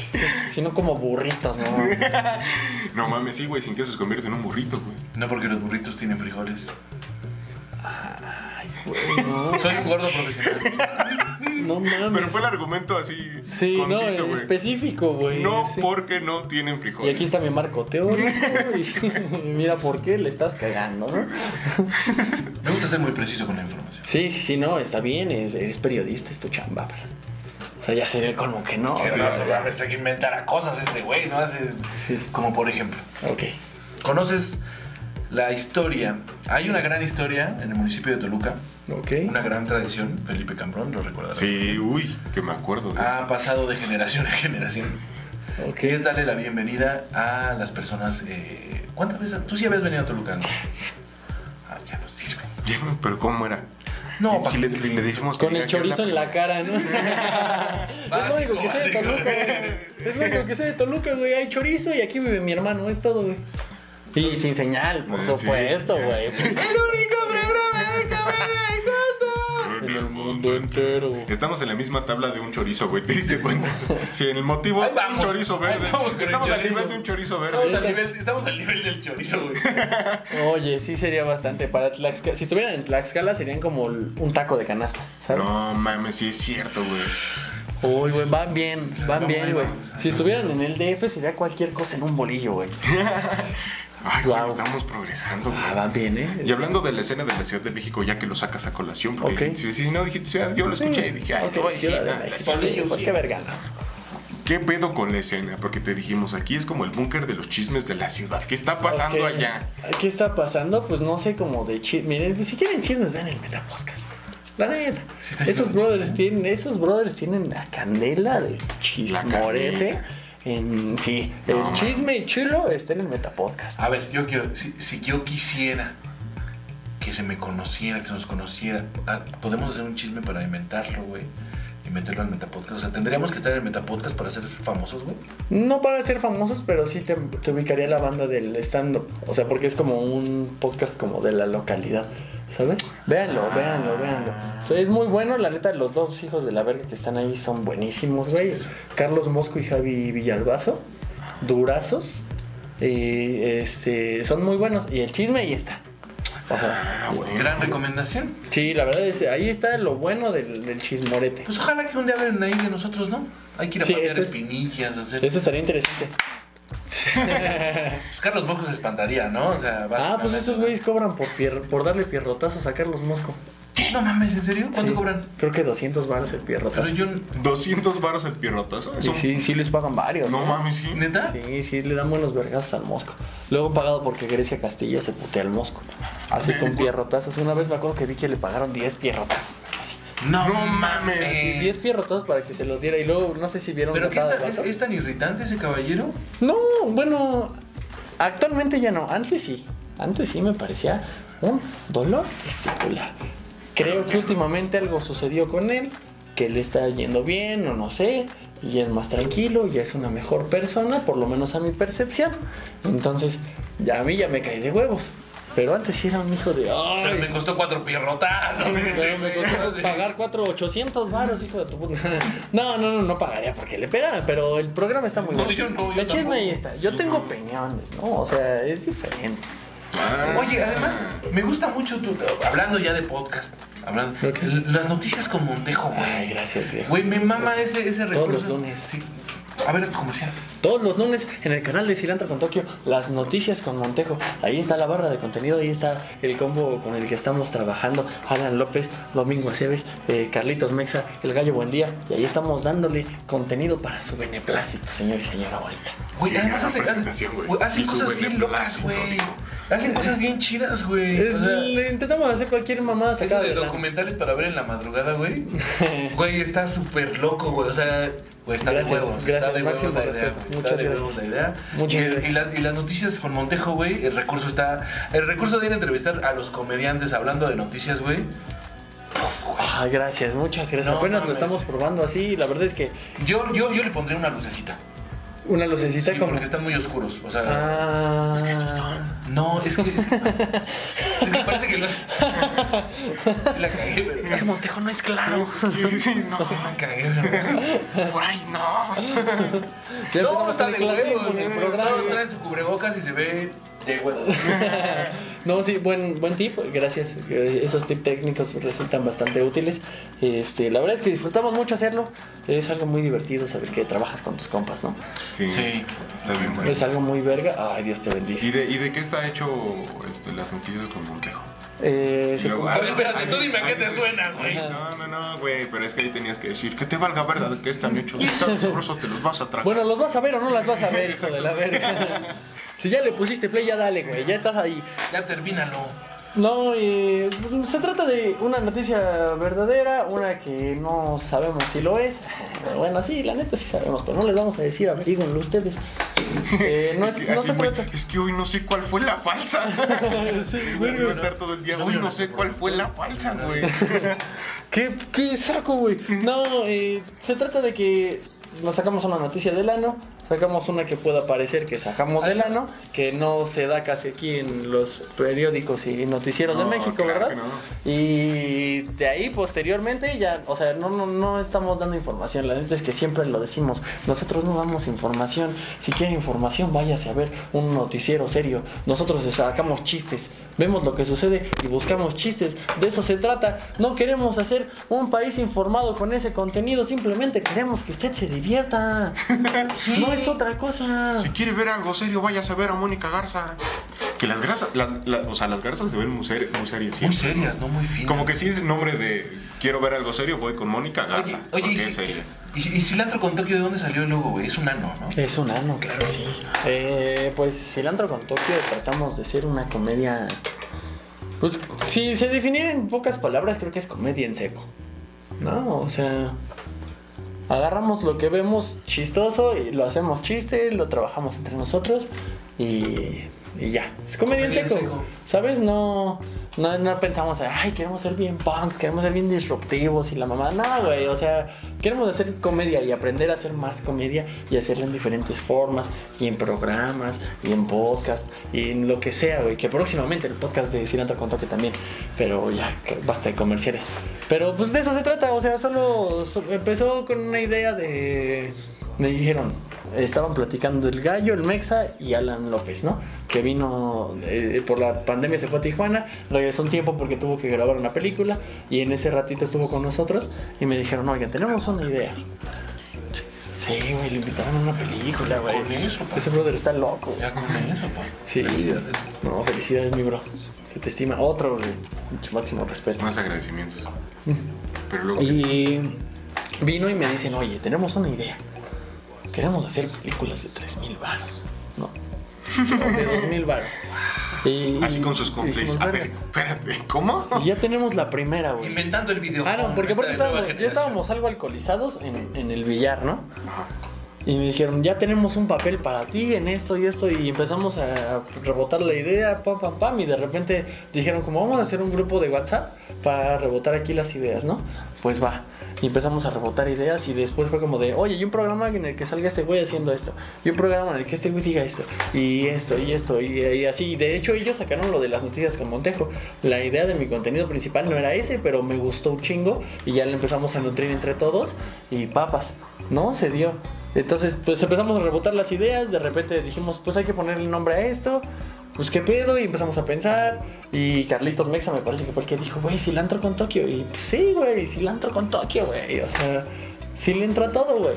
Speaker 6: Sino como burritos, ¿no?
Speaker 4: no mames, sí, güey, sin queso se convierte en un burrito, güey.
Speaker 1: No, porque los burritos tienen frijoles.
Speaker 6: No,
Speaker 1: Soy un gordo profesional.
Speaker 6: no mames.
Speaker 4: Pero fue el argumento así
Speaker 6: sí,
Speaker 4: conciso,
Speaker 6: no,
Speaker 4: güey.
Speaker 6: específico, güey.
Speaker 4: no
Speaker 6: sí.
Speaker 4: porque no tienen
Speaker 6: Y
Speaker 4: frijoles.
Speaker 6: aquí está mi marco teórico. y- Mira por qué le estás cagando, ¿no?
Speaker 1: Me gusta ser muy preciso con la información.
Speaker 6: Sí, sí, sí, no, está bien, es- eres periodista, es tu chamba, pero... O sea, ya sería el colmo que no.
Speaker 1: Pero
Speaker 6: o
Speaker 1: no,
Speaker 6: sea,
Speaker 1: a veces hay que inventar a cosas este güey, ¿no? Hace- Como por ejemplo,
Speaker 6: Ok.
Speaker 1: ¿conoces la historia? Hay una gran historia en el municipio de Toluca,
Speaker 6: Ok.
Speaker 1: una gran tradición, Felipe Cambrón, lo recordarás.
Speaker 4: Sí, uy, que me acuerdo de
Speaker 6: Ah.
Speaker 1: Ha pasado de generación a generación.
Speaker 6: Ok.
Speaker 1: Que es darle la bienvenida a las personas. eh, ¿Cuántas veces? Tú sí habías venido a Toluca, ¿no? Ah, ya no sirve.
Speaker 4: eso. Ya no, pero ¿cómo era?
Speaker 1: No,
Speaker 4: si
Speaker 1: pa-
Speaker 4: le, le decimos que
Speaker 6: Con el
Speaker 4: diga que es
Speaker 6: chorizo en la cara, ¿no? es
Speaker 1: Básico,
Speaker 6: lo único que sé de
Speaker 1: básico.
Speaker 6: Toluca, güey. Es lo único que sé de Toluca, güey. Hay chorizo y aquí vive mi hermano, es todo, güey. Y sin señal, por
Speaker 4: Sí.
Speaker 6: supuesto, güey.
Speaker 4: En el mundo entero. Estamos en la misma tabla de un chorizo, güey. ¿Te diste cuenta? Si en el motivo
Speaker 1: Ahí
Speaker 4: es un
Speaker 1: vamos.
Speaker 4: chorizo verde.
Speaker 1: Ahí vamos con el
Speaker 4: Estamos al
Speaker 1: chorizo.
Speaker 4: nivel de un chorizo
Speaker 1: Estamos
Speaker 4: verde.
Speaker 1: al, nivel, estamos al nivel del chorizo, güey.
Speaker 6: Oye, sí sería bastante para Tlaxcala. Si estuvieran en Tlaxcala serían como un taco de canasta, ¿sabes?
Speaker 4: No mames, sí es cierto, güey.
Speaker 6: Uy, güey, van bien, van
Speaker 1: No, ahí
Speaker 6: bien, güey.
Speaker 1: vamos.
Speaker 6: Si estuvieran en el DF sería cualquier cosa en un bolillo, güey.
Speaker 4: Ay, güey,
Speaker 6: Guau.
Speaker 4: estamos progresando,
Speaker 6: Ah,
Speaker 4: güey.
Speaker 6: van bien, ¿eh?
Speaker 4: Y hablando de la escena de la Ciudad de México, ya que lo sacas a colación, porque
Speaker 6: Ok.
Speaker 4: dijiste, sí, no, dijiste ciudad, yo lo escuché y dije, ay,
Speaker 6: Ok,
Speaker 4: lo voy a decir,
Speaker 6: Ciudad de
Speaker 4: ah, la
Speaker 6: México,
Speaker 4: Ciudad de
Speaker 6: sí,
Speaker 4: México.
Speaker 6: ¿por qué vergano?
Speaker 4: ¿Qué pedo con la escena? Porque te dijimos, aquí es como el búnker de los chismes de la ciudad. ¿Qué está pasando
Speaker 6: Ok.
Speaker 4: allá?
Speaker 6: pues ¿Qué está pasando? Pues no sé, como de chismes. Miren, si quieren chismes, vean el Metapodcast. La neta.
Speaker 1: Sí está
Speaker 6: Esos
Speaker 1: lleno de
Speaker 6: brothers tienen, esos brothers tienen la candela de chismorete.
Speaker 4: candela.
Speaker 6: En, sí, el chisme chulo está en el Metapodcast.
Speaker 1: A ver, yo quiero, si, si yo quisiera que se me conociera, que se nos conociera, ah, podemos hacer un chisme para inventarlo, güey. Y meterlo al Metapodcast. O sea, tendríamos que estar en el Metapodcast para ser famosos, güey.
Speaker 6: No para ser famosos, pero sí te, te ubicaría la banda del stand-up. O sea, porque es como un podcast como de la localidad, ¿sabes? Véanlo, véanlo, véanlo. O sea, es muy bueno, la neta, los dos hijos de la verga que están ahí son buenísimos, güey. Carlos Mosco y Javi Villalbazo, durazos. Y este, son muy buenos. Y el chisme ahí está. O sea,
Speaker 1: Gran recomendación.
Speaker 6: sí, la verdad es, ahí está lo bueno del, del chismorete.
Speaker 1: Pues ojalá que un día hablen ahí de nosotros, ¿no? Hay que ir a
Speaker 6: Sí,
Speaker 1: patear
Speaker 6: eso es-
Speaker 1: espinillas, hacer.
Speaker 6: Eso estaría interesante.
Speaker 1: Pues Carlos Bocos se espantaría, ¿no? O sea,
Speaker 6: Ah, pues
Speaker 1: básicamente.
Speaker 6: esos güeyes cobran por, pier- por darle pierrotazos a Carlos Mosco.
Speaker 1: No mames, ¿en serio? ¿Cuánto
Speaker 6: Sí.
Speaker 1: cobran?
Speaker 6: Creo que 200 baros el
Speaker 1: Pero
Speaker 6: pierrotazo.
Speaker 1: yo,
Speaker 4: 200 baros el pierrotazo.
Speaker 6: Y
Speaker 4: Eso-
Speaker 6: sí, sí les pagan varios.
Speaker 4: No
Speaker 6: ¿eh?
Speaker 4: mames, sí.
Speaker 1: ¿neta?
Speaker 6: Sí, sí, le dan buenos vergazos al Mosco. Luego pagado porque Grecia Castillo se putea al Mosco. Así con pierrotazos. Una vez me acuerdo que vi que le pagaron 10 pierrotazos. Así.
Speaker 1: No,
Speaker 4: No mames.
Speaker 6: Sí, 10 pierrotazos para que se los diera. Y luego, no sé si vieron
Speaker 1: ¿Pero qué
Speaker 6: Gatada
Speaker 1: es,
Speaker 6: de
Speaker 1: tan- es-
Speaker 6: Gatos.
Speaker 1: es tan irritante ese caballero?
Speaker 6: No, bueno, actualmente ya no, antes sí, antes sí me parecía un dolor testicular. Creo que últimamente algo sucedió con él, que le está yendo bien o no sé, y ya es más tranquilo, ya es una mejor persona, por lo menos a mi percepción. Entonces, ya a mí ya me caí de huevos. Pero antes sí era un hijo de...
Speaker 1: Pero me
Speaker 6: Ay,
Speaker 1: costó cuatro pierrotazos.
Speaker 6: pero me costó pagar 4,800 varos, hijo de tu puta. No, no, no, no pagaría porque le pegaran, pero el programa está muy
Speaker 1: No,
Speaker 6: bueno.
Speaker 1: yo no, yo
Speaker 6: El chisme ahí
Speaker 1: tampoco.
Speaker 6: está. Yo tengo opiniones, ¿no? O sea, es diferente.
Speaker 1: Oye, además, me gusta mucho tu- hablando ya de podcast. Hablando,
Speaker 6: Ok.
Speaker 1: l- las noticias con Montejo,
Speaker 6: Ay,
Speaker 1: güey.
Speaker 6: gracias, viejo.
Speaker 1: Güey, me mama ese, ese recurso.
Speaker 6: Todos los lunes.
Speaker 1: Sí. A ver, es tu comercial.
Speaker 6: Todos los lunes en el canal de Cilantro con Tokio, las noticias con Montejo. Ahí está la barra de contenido, ahí está el combo con el que estamos trabajando. Alan López, Domingo Aceves, eh, Carlitos Mexa, El Gallo Buendía. Y ahí estamos dándole contenido para su beneplácito, señor y señora bonita.
Speaker 1: Güey,
Speaker 4: Qué
Speaker 1: además
Speaker 4: gran
Speaker 1: hacen,
Speaker 4: presentación, güey.
Speaker 1: güey, hacen
Speaker 4: Y su
Speaker 1: cosas bien locas,
Speaker 4: beneplácito,
Speaker 1: güey.
Speaker 4: amigo.
Speaker 1: Hacen cosas bien chidas, güey.
Speaker 6: Es-
Speaker 1: O sea,
Speaker 6: le intentamos hacer cualquier mamada
Speaker 1: Eso
Speaker 6: sacada
Speaker 1: de
Speaker 6: de la-
Speaker 1: documentales para ver en la madrugada, güey. Güey, está súper loco, güey. O sea, güey, está
Speaker 6: Gracias,
Speaker 1: de huevos.
Speaker 6: gracias,
Speaker 1: está de
Speaker 6: máximo
Speaker 1: huevos la idea.
Speaker 6: respeto.
Speaker 1: güey,
Speaker 6: Muchas
Speaker 1: está de
Speaker 6: gracias.
Speaker 1: huevos la idea.
Speaker 6: Muchas
Speaker 1: y, el-
Speaker 6: gracias.
Speaker 1: y la- y las noticias con Montejo, güey, el recurso está. El recurso de ir a entrevistar a los comediantes hablando de noticias, güey.
Speaker 6: Ah, gracias, muchas gracias.
Speaker 1: No
Speaker 6: Apenas lo
Speaker 1: mames.
Speaker 6: estamos probando así y la verdad es que
Speaker 1: Yo, yo, yo le pondría una lucecita.
Speaker 6: una lucecita
Speaker 1: Sí,
Speaker 6: como...
Speaker 1: porque están muy oscuros. O sea,
Speaker 6: Ah, es que sí son.
Speaker 1: no, es que. Es que, es que parece que lo. Sí la cagué, pero.
Speaker 6: Es que Montejo no es claro.
Speaker 4: Sí, no,
Speaker 1: La cagué, pero-
Speaker 4: por ahí no.
Speaker 6: Ya
Speaker 1: No,
Speaker 6: empezamos
Speaker 1: está
Speaker 6: con
Speaker 1: de
Speaker 6: el clasismo
Speaker 1: huevos.
Speaker 6: en el
Speaker 1: güey.
Speaker 6: programa.
Speaker 1: Todos traen su cubrebocas y se ve de huevos.
Speaker 6: No, sí, buen, buen tip, gracias. Eh, Esos tips técnicos resultan bastante útiles. Este, la verdad es que disfrutamos mucho hacerlo. Es algo muy divertido saber que trabajas con tus compas, ¿no?
Speaker 4: Sí,
Speaker 1: Sí.
Speaker 4: está bien bueno.
Speaker 6: Es algo muy verga. Ay, Dios te
Speaker 4: ¿Y
Speaker 6: bendice.
Speaker 4: de, ¿Y de qué está hecho este, las noticias con Montejo?
Speaker 6: Eh, se-
Speaker 4: Luego, ah,
Speaker 1: A ver, espérate,
Speaker 4: ahí-
Speaker 1: tú dime a qué
Speaker 4: ahí
Speaker 1: te
Speaker 4: sí.
Speaker 1: suena, güey.
Speaker 4: No, no, no, güey, pero es que ahí tenías que decir que te valga verdad que están hechos. Sabes, grosso, te los vas a tragar.
Speaker 6: Bueno, ¿los vas a ver o no las vas a ver, hijo de la verga? Si ya le pusiste play, ya dale, güey, ya estás ahí.
Speaker 1: Ya termínalo.
Speaker 6: No, eh, se trata de una noticia verdadera, una que no sabemos si lo es. Pero bueno, sí, la neta sí sabemos, pero no les vamos a decir, averíguenlo ustedes. Eh, no, es-
Speaker 4: Es que,
Speaker 6: no
Speaker 4: así,
Speaker 6: se
Speaker 4: güey,
Speaker 6: trata.
Speaker 4: es que hoy no sé cuál fue la falsa.
Speaker 6: Sí,
Speaker 4: Güey,
Speaker 6: güey,
Speaker 4: así voy a estar todo el día. Hoy no sé cuál fue la falsa, güey.
Speaker 6: ¿Qué, qué saco, güey? No, eh, se trata de que nos sacamos una noticia del ano, sacamos una que pueda parecer que sacamos del ano, que no se da casi aquí en los periódicos y noticieros
Speaker 4: No,
Speaker 6: de México,
Speaker 4: claro
Speaker 6: ¿verdad?
Speaker 4: que no.
Speaker 6: Y de ahí posteriormente ya, o sea, no, no, no estamos dando información, la neta es que siempre lo decimos, nosotros no damos información, si quiere información váyase a ver un noticiero serio, nosotros sacamos chistes, vemos lo que sucede y buscamos chistes, de eso se trata, no queremos hacer un país informado con ese contenido, simplemente queremos que usted se divierta, no es otra cosa.
Speaker 1: Ah.
Speaker 4: Si quiere ver algo serio, vayas a ver a Mónica Garza. Que las garzas, las, la- o sea, las garzas se ven muy, ser- muy serias.
Speaker 1: Muy
Speaker 4: siempre.
Speaker 1: serias, no muy finas.
Speaker 4: Como que sí es nombre de quiero ver algo serio, voy con Mónica Garza.
Speaker 1: Oye, oye,
Speaker 4: porque
Speaker 1: y,
Speaker 4: es
Speaker 1: si-
Speaker 4: seria.
Speaker 1: y- y cilantro con Tokio, ¿de dónde salió el logo, güey? Es un ano, ¿no?
Speaker 6: Es un ano, claro que sí. Eh, pues Cilantro con Tokio tratamos de ser una comedia Pues si se definiera en pocas palabras, creo que es comedia en seco. ¿No? O sea, agarramos lo que vemos chistoso y lo hacemos chiste, lo trabajamos entre nosotros y, y ya. Es comedia, en seco. ¿Sabes? No, no, no pensamos, ay, queremos ser bien punks, queremos ser bien disruptivos y la mamá. No, güey. O sea, queremos hacer comedia y aprender a hacer más comedia y hacerla en diferentes formas y en programas y en podcast y en lo que sea, güey. Que próximamente el podcast de Sinatra con Toque también. Pero ya, que basta de comerciales. Pero pues de eso se trata. O sea, solo, solo empezó con una idea de. Me dijeron, estaban platicando el gallo, el Mexa y Alan López, ¿no? Que vino eh, por la pandemia, se fue a Tijuana, regresó un tiempo porque tuvo que grabar una película y en ese ratito estuvo con nosotros y me dijeron, oigan, tenemos una idea. Sí, güey, le invitaron a una película, güey. Ese brother está loco. güey.
Speaker 1: Ya con eso, pa.
Speaker 6: Sí, no, felicidades, mi bro. Se te estima. Otro, güey. Mucho máximo respeto.
Speaker 4: Más agradecimientos.
Speaker 1: Mm.
Speaker 4: Pero luego.
Speaker 6: Y vino y me dicen, oye, tenemos una idea. Queremos hacer películas de 3.000 varos. No. no, De 2.000 varos. Y-
Speaker 4: Así con sus
Speaker 6: y-
Speaker 4: conflicts.
Speaker 6: y-
Speaker 4: A ver, espérate, ¿cómo?
Speaker 6: Y ya tenemos la primera, güey.
Speaker 1: Inventando el video.
Speaker 6: Ah, no, porque aparte
Speaker 1: Esta
Speaker 6: estábamos,
Speaker 1: nueva
Speaker 6: ya
Speaker 1: generación.
Speaker 6: estábamos algo alcoholizados en, en el billar, ¿no? Y me dijeron, ya tenemos un papel para ti en esto y esto. Y empezamos a rebotar la idea, pam, pam, pam. Y de repente dijeron, como vamos a hacer un grupo de WhatsApp para rebotar aquí las ideas, ¿no? Pues va. Y empezamos a rebotar ideas y después fue como de, oye, y un programa en el que salga este güey haciendo esto. Y un programa en el que este güey diga esto. Y esto, y esto, y, y así. Y de hecho ellos sacaron lo de las noticias con Montejo. La idea de mi contenido principal no era ese, pero me gustó un chingo. Y ya le empezamos a nutrir entre todos. Y papas, ¿no? Se dio. Entonces, pues empezamos a rebotar las ideas, de repente dijimos, pues hay que ponerle nombre a esto, pues qué pedo, y empezamos a pensar, y Carlitos Mexa me parece que fue el que dijo, güey, cilantro con Tokio, y pues sí, güey, cilantro con Tokio, güey, o sea, sí le entró a todo, güey.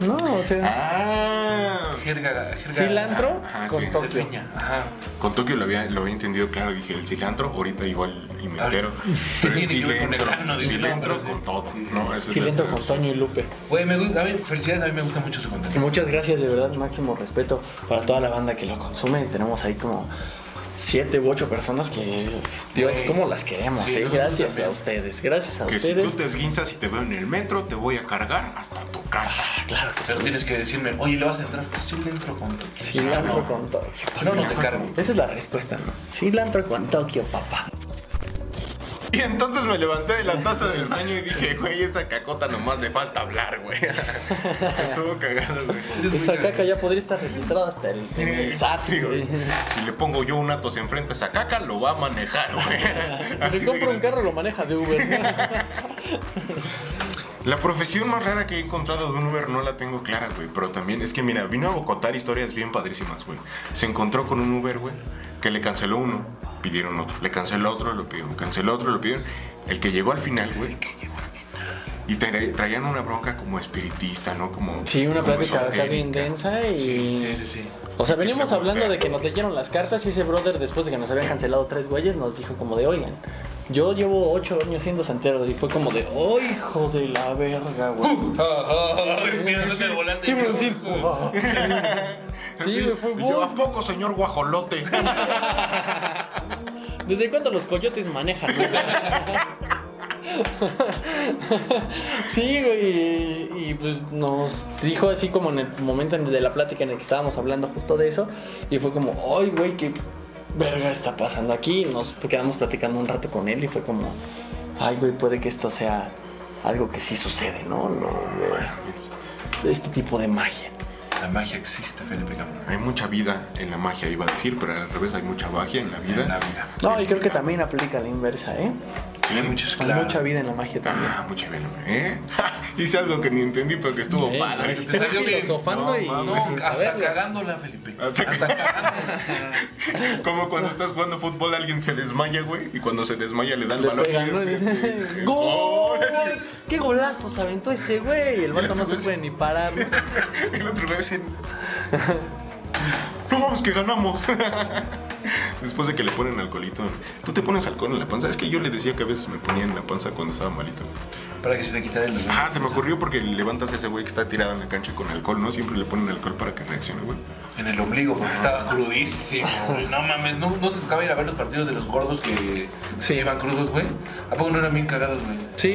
Speaker 6: No, o sea,
Speaker 4: Ah,
Speaker 1: Jerga, jerga.
Speaker 6: cilantro
Speaker 4: Ajá,
Speaker 6: con
Speaker 4: sí, de
Speaker 1: De
Speaker 6: Tokio.
Speaker 1: feña. Ajá.
Speaker 4: con Tokio lo había, lo había entendido claro. Dije, el cilantro, ahorita igual y me entero. Pero es
Speaker 1: Tiene que ver con el
Speaker 4: cilantro.
Speaker 1: grano de
Speaker 4: Cilantro
Speaker 1: cilantro,
Speaker 4: con todo. No, eso es
Speaker 6: Cilantro
Speaker 4: la-
Speaker 6: con Toño y Lupe.
Speaker 1: Güey, me gusta. A mí, felicidades, a mí me gusta mucho su
Speaker 6: Y
Speaker 1: contenido.
Speaker 6: Muchas gracias, de verdad, máximo respeto para toda la banda que lo consume. Tenemos ahí como siete u ocho personas que, Dios,
Speaker 1: Güey.
Speaker 6: cómo las queremos, eh.
Speaker 1: Sí, nosotros
Speaker 6: Gracias
Speaker 1: también.
Speaker 6: a ustedes, gracias a
Speaker 4: Que si
Speaker 6: ustedes.
Speaker 4: tú te esguinzas y te veo en el metro, te voy a cargar hasta tu casa.
Speaker 6: Ah, claro que
Speaker 1: Pero
Speaker 6: sí.
Speaker 1: tienes que decirme, oye, ¿le vas a entrar? Pues sí, le entro con tu.
Speaker 6: Cilantro
Speaker 4: no.
Speaker 6: con Tokio.
Speaker 1: No, no te cargo.
Speaker 6: Esa es la respuesta, ¿no? Cilantro con Tokio, papá.
Speaker 4: Y entonces me levanté de la taza del baño y dije, güey, esa cacota nomás le falta hablar, güey. Estuvo cagado, güey.
Speaker 6: Esa caca ya podría estar registrada hasta el, en el SAT,
Speaker 4: Sí, güey.
Speaker 6: güey.
Speaker 4: Si le pongo yo un Atos enfrente a esa caca, lo va a manejar, güey.
Speaker 6: Si te
Speaker 4: Así de
Speaker 6: compra un
Speaker 4: grande.
Speaker 6: carro, lo maneja de Uber. ¿no?
Speaker 4: La profesión más rara que he encontrado de un Uber no la tengo clara, güey. Pero también es que, mira, vino a contar historias bien padrísimas, güey. Se encontró con un Uber, güey, que le canceló uno, pidieron otro. Le canceló otro, lo pidieron. Canceló otro, lo pidieron. El que llegó al final, güey. Y tra- traían una bronca como espiritista, ¿no? Como.
Speaker 6: Sí, una
Speaker 4: como
Speaker 6: plática acá bien
Speaker 4: esotérica.
Speaker 6: densa y.
Speaker 1: Sí, sí, sí.
Speaker 6: O sea,
Speaker 4: Que
Speaker 6: venimos
Speaker 4: se
Speaker 6: hablando
Speaker 4: voltea.
Speaker 6: de que nos leyeron las cartas y ese brother, después de que nos habían cancelado tres güeyes, nos dijo como de, oigan, yo llevo ocho años siendo santero y fue como de, oh, hijo de la verga, güey.
Speaker 1: Ay, mirándote al volante.
Speaker 6: ¿Qué me decir? Sí, güey, fue
Speaker 4: Y yo,
Speaker 6: bueno.
Speaker 4: ¿a poco, señor guajolote?
Speaker 6: ¿Desde cuándo los coyotes manejan? sí, güey. Y, y, pues nos dijo así como en el momento en- de la plática en el que estábamos hablando justo de eso. Y fue como, ay, güey, qué verga está pasando aquí. Y Nos quedamos platicando un rato con él y fue como, ay, güey, puede que esto sea algo que sí sucede, ¿no? Lo- lo- este tipo de magia.
Speaker 1: La magia existe, Felipe Cabrón.
Speaker 4: Hay mucha vida en la magia, iba a decir, pero al revés, hay mucha magia en la vida.
Speaker 1: En la vida.
Speaker 6: No, y creo que también aplica la inversa, ¿eh?
Speaker 4: Sí,
Speaker 1: Hay muchos
Speaker 6: Con
Speaker 1: claro.
Speaker 6: mucha vida en la magia también.
Speaker 4: Ah, mucha vida, ¿eh? Hice algo que ni entendí, pero que estuvo
Speaker 6: Eh,
Speaker 4: padre.
Speaker 6: ahí está.
Speaker 1: Te salió bien.
Speaker 6: filosofando y
Speaker 1: no,
Speaker 6: sin
Speaker 1: hasta
Speaker 6: saberlo.
Speaker 1: cagándola, Felipe.
Speaker 4: Hasta
Speaker 1: Hasta, cagándola.
Speaker 4: Como cuando estás jugando fútbol, alguien se desmaya, güey, y cuando se desmaya le da el
Speaker 6: Le
Speaker 4: balón. y
Speaker 6: pegan, ¿no?
Speaker 4: es- es- es- es
Speaker 6: ¡Gol!
Speaker 4: gol.
Speaker 6: ¡Qué golazo se aventó ese güey! El vato no se puede ni parar.
Speaker 4: El otro güey así, No, es que ganamos. Después de que le ponen alcoholito. Tú te pones alcohol en la panza. Es que yo le decía que a veces me ponía en la panza cuando estaba malito.
Speaker 1: Para que se te quitara el dolor.
Speaker 4: Ajá, se me ocurrió porque levantas a ese güey que está tirado en la cancha con alcohol, ¿no? Siempre le ponen alcohol para que reaccione, güey.
Speaker 1: En el ombligo, porque estaba crudísimo, güey. No mames, ¿no, no te tocaba ir a ver los partidos de los gordos que se iban crudos, güey? ¿A poco no eran bien cagados, güey?
Speaker 6: Sí,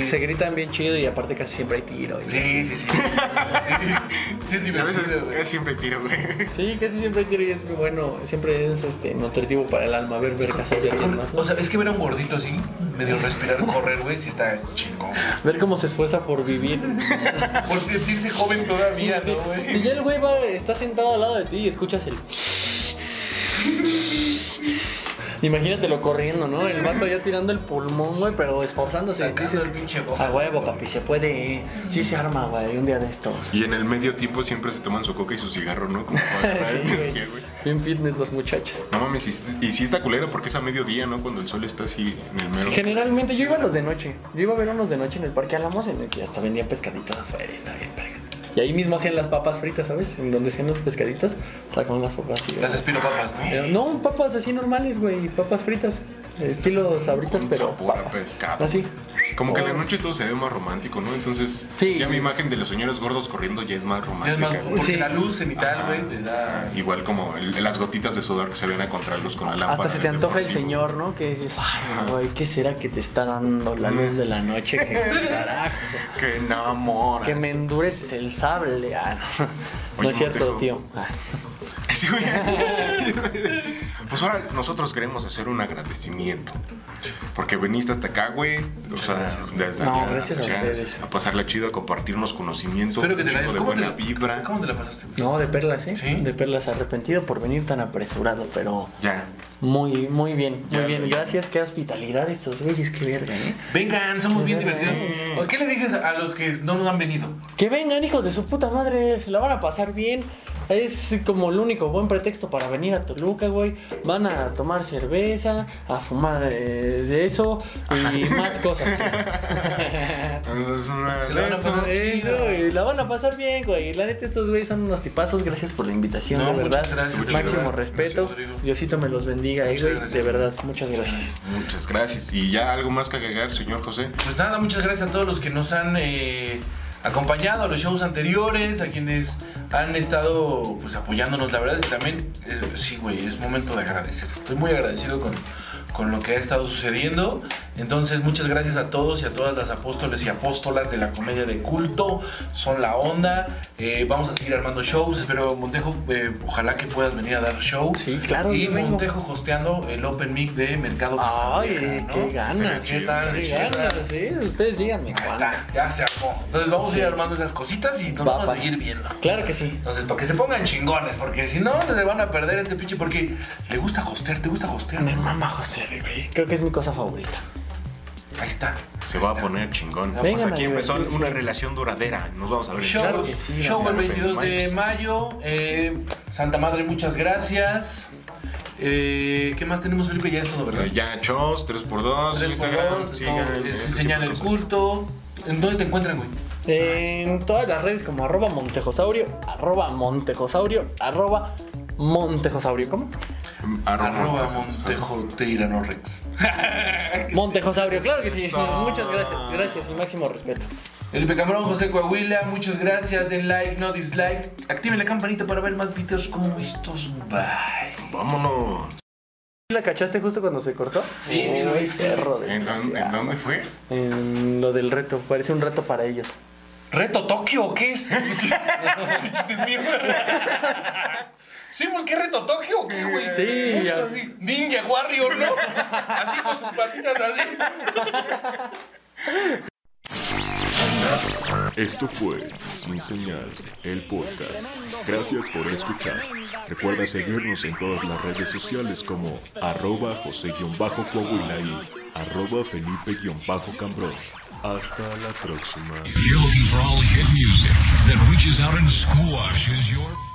Speaker 6: y se gritan bien chido y aparte casi siempre hay tiro. y-
Speaker 1: Sí, sí, sí. sí, es
Speaker 4: Y a veces
Speaker 1: divertido, güey.
Speaker 4: es siempre tiro, güey.
Speaker 6: Sí, casi siempre hay tiro y es muy bueno. Siempre es este, nutritivo para el alma ver ver casas de alguien más. ¿no?
Speaker 1: O sea, es que ver a un gordito así, medio respirar, correr, güey, sí está chingón.
Speaker 6: Ver cómo se esfuerza por vivir.
Speaker 1: Por sentirse joven todavía,
Speaker 6: Sí,
Speaker 1: ¿no, güey?
Speaker 6: Si ya el güey va, está sentado al lado de ti y escuchas el. Imagínatelo corriendo, ¿no? El vato ya tirando el pulmón, güey, pero esforzándose.
Speaker 1: Sacando
Speaker 6: Dices,
Speaker 1: el pinche bofe.
Speaker 6: a huevo, papi, se puede. eh. Sí se arma, güey, un día de estos.
Speaker 4: Y en el medio tiempo siempre se toman su coca y su cigarro, ¿no? Como para agarrar
Speaker 6: Sí,
Speaker 4: energía,
Speaker 6: güey.
Speaker 4: güey.
Speaker 6: Bien fitness los muchachos.
Speaker 4: No mames, y, sí- y sí está culero porque es a mediodía, ¿no? Cuando el sol está así en el mero.
Speaker 6: Generalmente yo iba a los de noche. Yo iba a ver unos de noche en el parque Alamos en el que hasta vendían pescaditos afuera, y está bien, verga. Y ahí mismo hacían las papas fritas, ¿sabes? En donde hacían los pescaditos, sacaban las papas fritas.
Speaker 1: Las espiropapas, ¿no?
Speaker 6: Pero no, papas así normales, güey, papas fritas, estilo sabritas,
Speaker 4: Con
Speaker 6: pero
Speaker 4: sabor a
Speaker 6: papa.
Speaker 4: pescado.
Speaker 6: Así.
Speaker 4: Como que en la noche todo se ve más romántico, ¿no? Entonces,
Speaker 6: Oh. Sí.
Speaker 4: ya mi imagen de los señores gordos corriendo ya es más
Speaker 1: Ya es
Speaker 4: romántica.
Speaker 1: más,
Speaker 4: güey.
Speaker 1: porque
Speaker 6: Sí.
Speaker 1: la luz cenital, güey, te da...
Speaker 4: Igual como el- las gotitas de sudor que se ven a contrarlos con la lámpara.
Speaker 6: Hasta se te
Speaker 4: del
Speaker 6: antoja el
Speaker 4: deportivo.
Speaker 6: señor, ¿no? Que dices, ay, güey, ¿qué será que te está dando la luz de la noche? Que carajo.
Speaker 4: Que enamora.
Speaker 6: Que me endureces el sable. Ah, no. No
Speaker 4: Oye,
Speaker 6: es cierto,
Speaker 4: Montejo.
Speaker 6: tío. Ah.
Speaker 4: Sí, güey. pues ahora nosotros queremos hacer un agradecimiento. Porque veniste hasta acá, güey. O sea, desde
Speaker 6: No,
Speaker 4: allá,
Speaker 6: gracias a
Speaker 4: ya,
Speaker 6: ustedes.
Speaker 4: A pasarla chido, a compartirnos conocimiento.
Speaker 1: Espero que te
Speaker 4: un
Speaker 1: la
Speaker 4: chingo
Speaker 1: hayas...
Speaker 4: de
Speaker 1: ¿Cómo te
Speaker 4: buena
Speaker 1: la-
Speaker 4: vibra.
Speaker 1: ¿Cómo te la pasaste?
Speaker 6: No, de perlas, ¿eh?
Speaker 1: Sí.
Speaker 6: De perlas arrepentido por venir tan apresurado, pero
Speaker 4: Ya.
Speaker 6: muy, muy bien, muy
Speaker 4: Ya,
Speaker 6: bien.
Speaker 4: ya.
Speaker 6: Gracias, qué hospitalidad estos güeyes, qué verga, ¿eh?
Speaker 1: Vengan, somos bien
Speaker 6: Qué
Speaker 1: divertidos.
Speaker 6: vergüenza.
Speaker 1: ¿O ¿Qué le dices a los que no nos han venido?
Speaker 6: Que vengan, hijos de su puta madre, se la van a pasar bien. Es como el único buen pretexto para venir a Toluca, güey. Van a tomar cerveza, a fumar eh, de eso y más cosas.
Speaker 4: Es una
Speaker 1: Se la van a
Speaker 4: de esas.
Speaker 1: poner-
Speaker 6: Eso, y la van a pasar bien, güey. La neta, estos güeyes son unos tipazos. Gracias por la invitación,
Speaker 1: No,
Speaker 6: de
Speaker 1: muchas
Speaker 6: verdad.
Speaker 1: gracias, muchas
Speaker 6: Máximo
Speaker 1: gracias.
Speaker 6: respeto.
Speaker 1: Gracias, Rodrigo.
Speaker 6: Diosito me los bendiga, eh,
Speaker 1: Muchas
Speaker 6: güey.
Speaker 1: gracias.
Speaker 6: De verdad, muchas gracias.
Speaker 4: Muchas gracias. Y ya algo más que agregar, señor José.
Speaker 1: Pues nada, muchas gracias a todos los que nos han eh, acompañado a los shows anteriores, a quienes han estado pues apoyándonos. La verdad es que también, eh, sí, güey, es momento de agradecer. Estoy muy agradecido con, con lo que ha estado sucediendo. Entonces, muchas gracias a todos y a todas las apóstoles y apóstolas de la comedia de culto. Son la onda. Eh, vamos a seguir armando shows. Espero, Montejo, eh, ojalá que puedas venir a dar show.
Speaker 6: Sí, claro,
Speaker 1: Y
Speaker 6: yo vengo.
Speaker 1: Montejo hosteando el Open Mic de Mercado Casablanca,
Speaker 6: Ay,
Speaker 1: ¿no?
Speaker 6: qué ganas.
Speaker 1: ¿Qué tal?
Speaker 6: Qué
Speaker 1: ¿Qué tal?
Speaker 6: ganas, ¿eh? Ustedes díganme.
Speaker 1: Ahí
Speaker 6: ¿cuándo?
Speaker 1: está, ya se armó. Entonces vamos a ir armando esas cositas y nos
Speaker 6: Va a
Speaker 1: vamos a
Speaker 6: pasar.
Speaker 1: seguir viendo.
Speaker 6: Claro que sí.
Speaker 1: Entonces, para que se pongan chingones, porque si no, se van a perder este pinche. Porque le gusta hostear, te gusta hostear.
Speaker 6: Me mama José, güey. Creo que es mi cosa favorita.
Speaker 1: Ahí está.
Speaker 4: Se va a poner chingón.
Speaker 6: Vengan
Speaker 4: pues aquí
Speaker 6: a
Speaker 4: empezó
Speaker 6: divertirse.
Speaker 4: una relación duradera. Nos vamos a ver. en
Speaker 1: Show,
Speaker 6: Claro que sí,
Speaker 1: show el
Speaker 4: Daniel.
Speaker 1: 22 de mayo. eh, Santa Madre, muchas gracias. Eh, ¿Qué más tenemos, Felipe? Ya es todo, ¿verdad?
Speaker 4: Eh, Ya, shows, 3x2,
Speaker 1: Tres
Speaker 4: Instagram.
Speaker 1: favor, todo,
Speaker 4: Sigan.
Speaker 1: es
Speaker 4: ese
Speaker 1: Enseñan el
Speaker 4: tipo de cosas.
Speaker 1: culto. ¿En dónde te encuentran, güey?
Speaker 6: En todas las redes como arroba montejosaurio, arroba montejosaurio, arroba montejosaurio. ¿Cómo?
Speaker 1: Arroba
Speaker 4: Montejo.
Speaker 1: Montejo Teirano Rex.
Speaker 6: Montejosaurio, claro que sí.
Speaker 4: Eso.
Speaker 6: Muchas gracias, gracias y máximo respeto.
Speaker 1: El Pecambrón José Coahuila, muchas gracias. Den like, no dislike. Activen la campanita para ver más videos como estos. Bye.
Speaker 4: Vámonos.
Speaker 6: ¿La cachaste justo cuando se cortó?
Speaker 1: Sí, sí, lo
Speaker 6: Uy,
Speaker 1: vi.
Speaker 6: perro de
Speaker 4: ¿En, dónde- en dónde fue?
Speaker 6: En lo del reto, parece un reto para ellos.
Speaker 1: ¿Reto Tokio o qué es? Ese chiste- ese chiste es mío. Sí, pues qué reto Tokio o qué, güey.
Speaker 6: Sí,
Speaker 1: Mucho
Speaker 6: ya.
Speaker 1: así, Ninja Warrior, ¿no? Así con sus patitas así.
Speaker 2: Esto fue Sin Señal, el podcast. Gracias por escuchar. Recuerda seguirnos en todas las redes sociales como arroba José-Coahuila y arroba Felipe-Cambrón. Hasta la próxima.
Speaker 3: If you're looking for all hit music that reaches out and squashes your...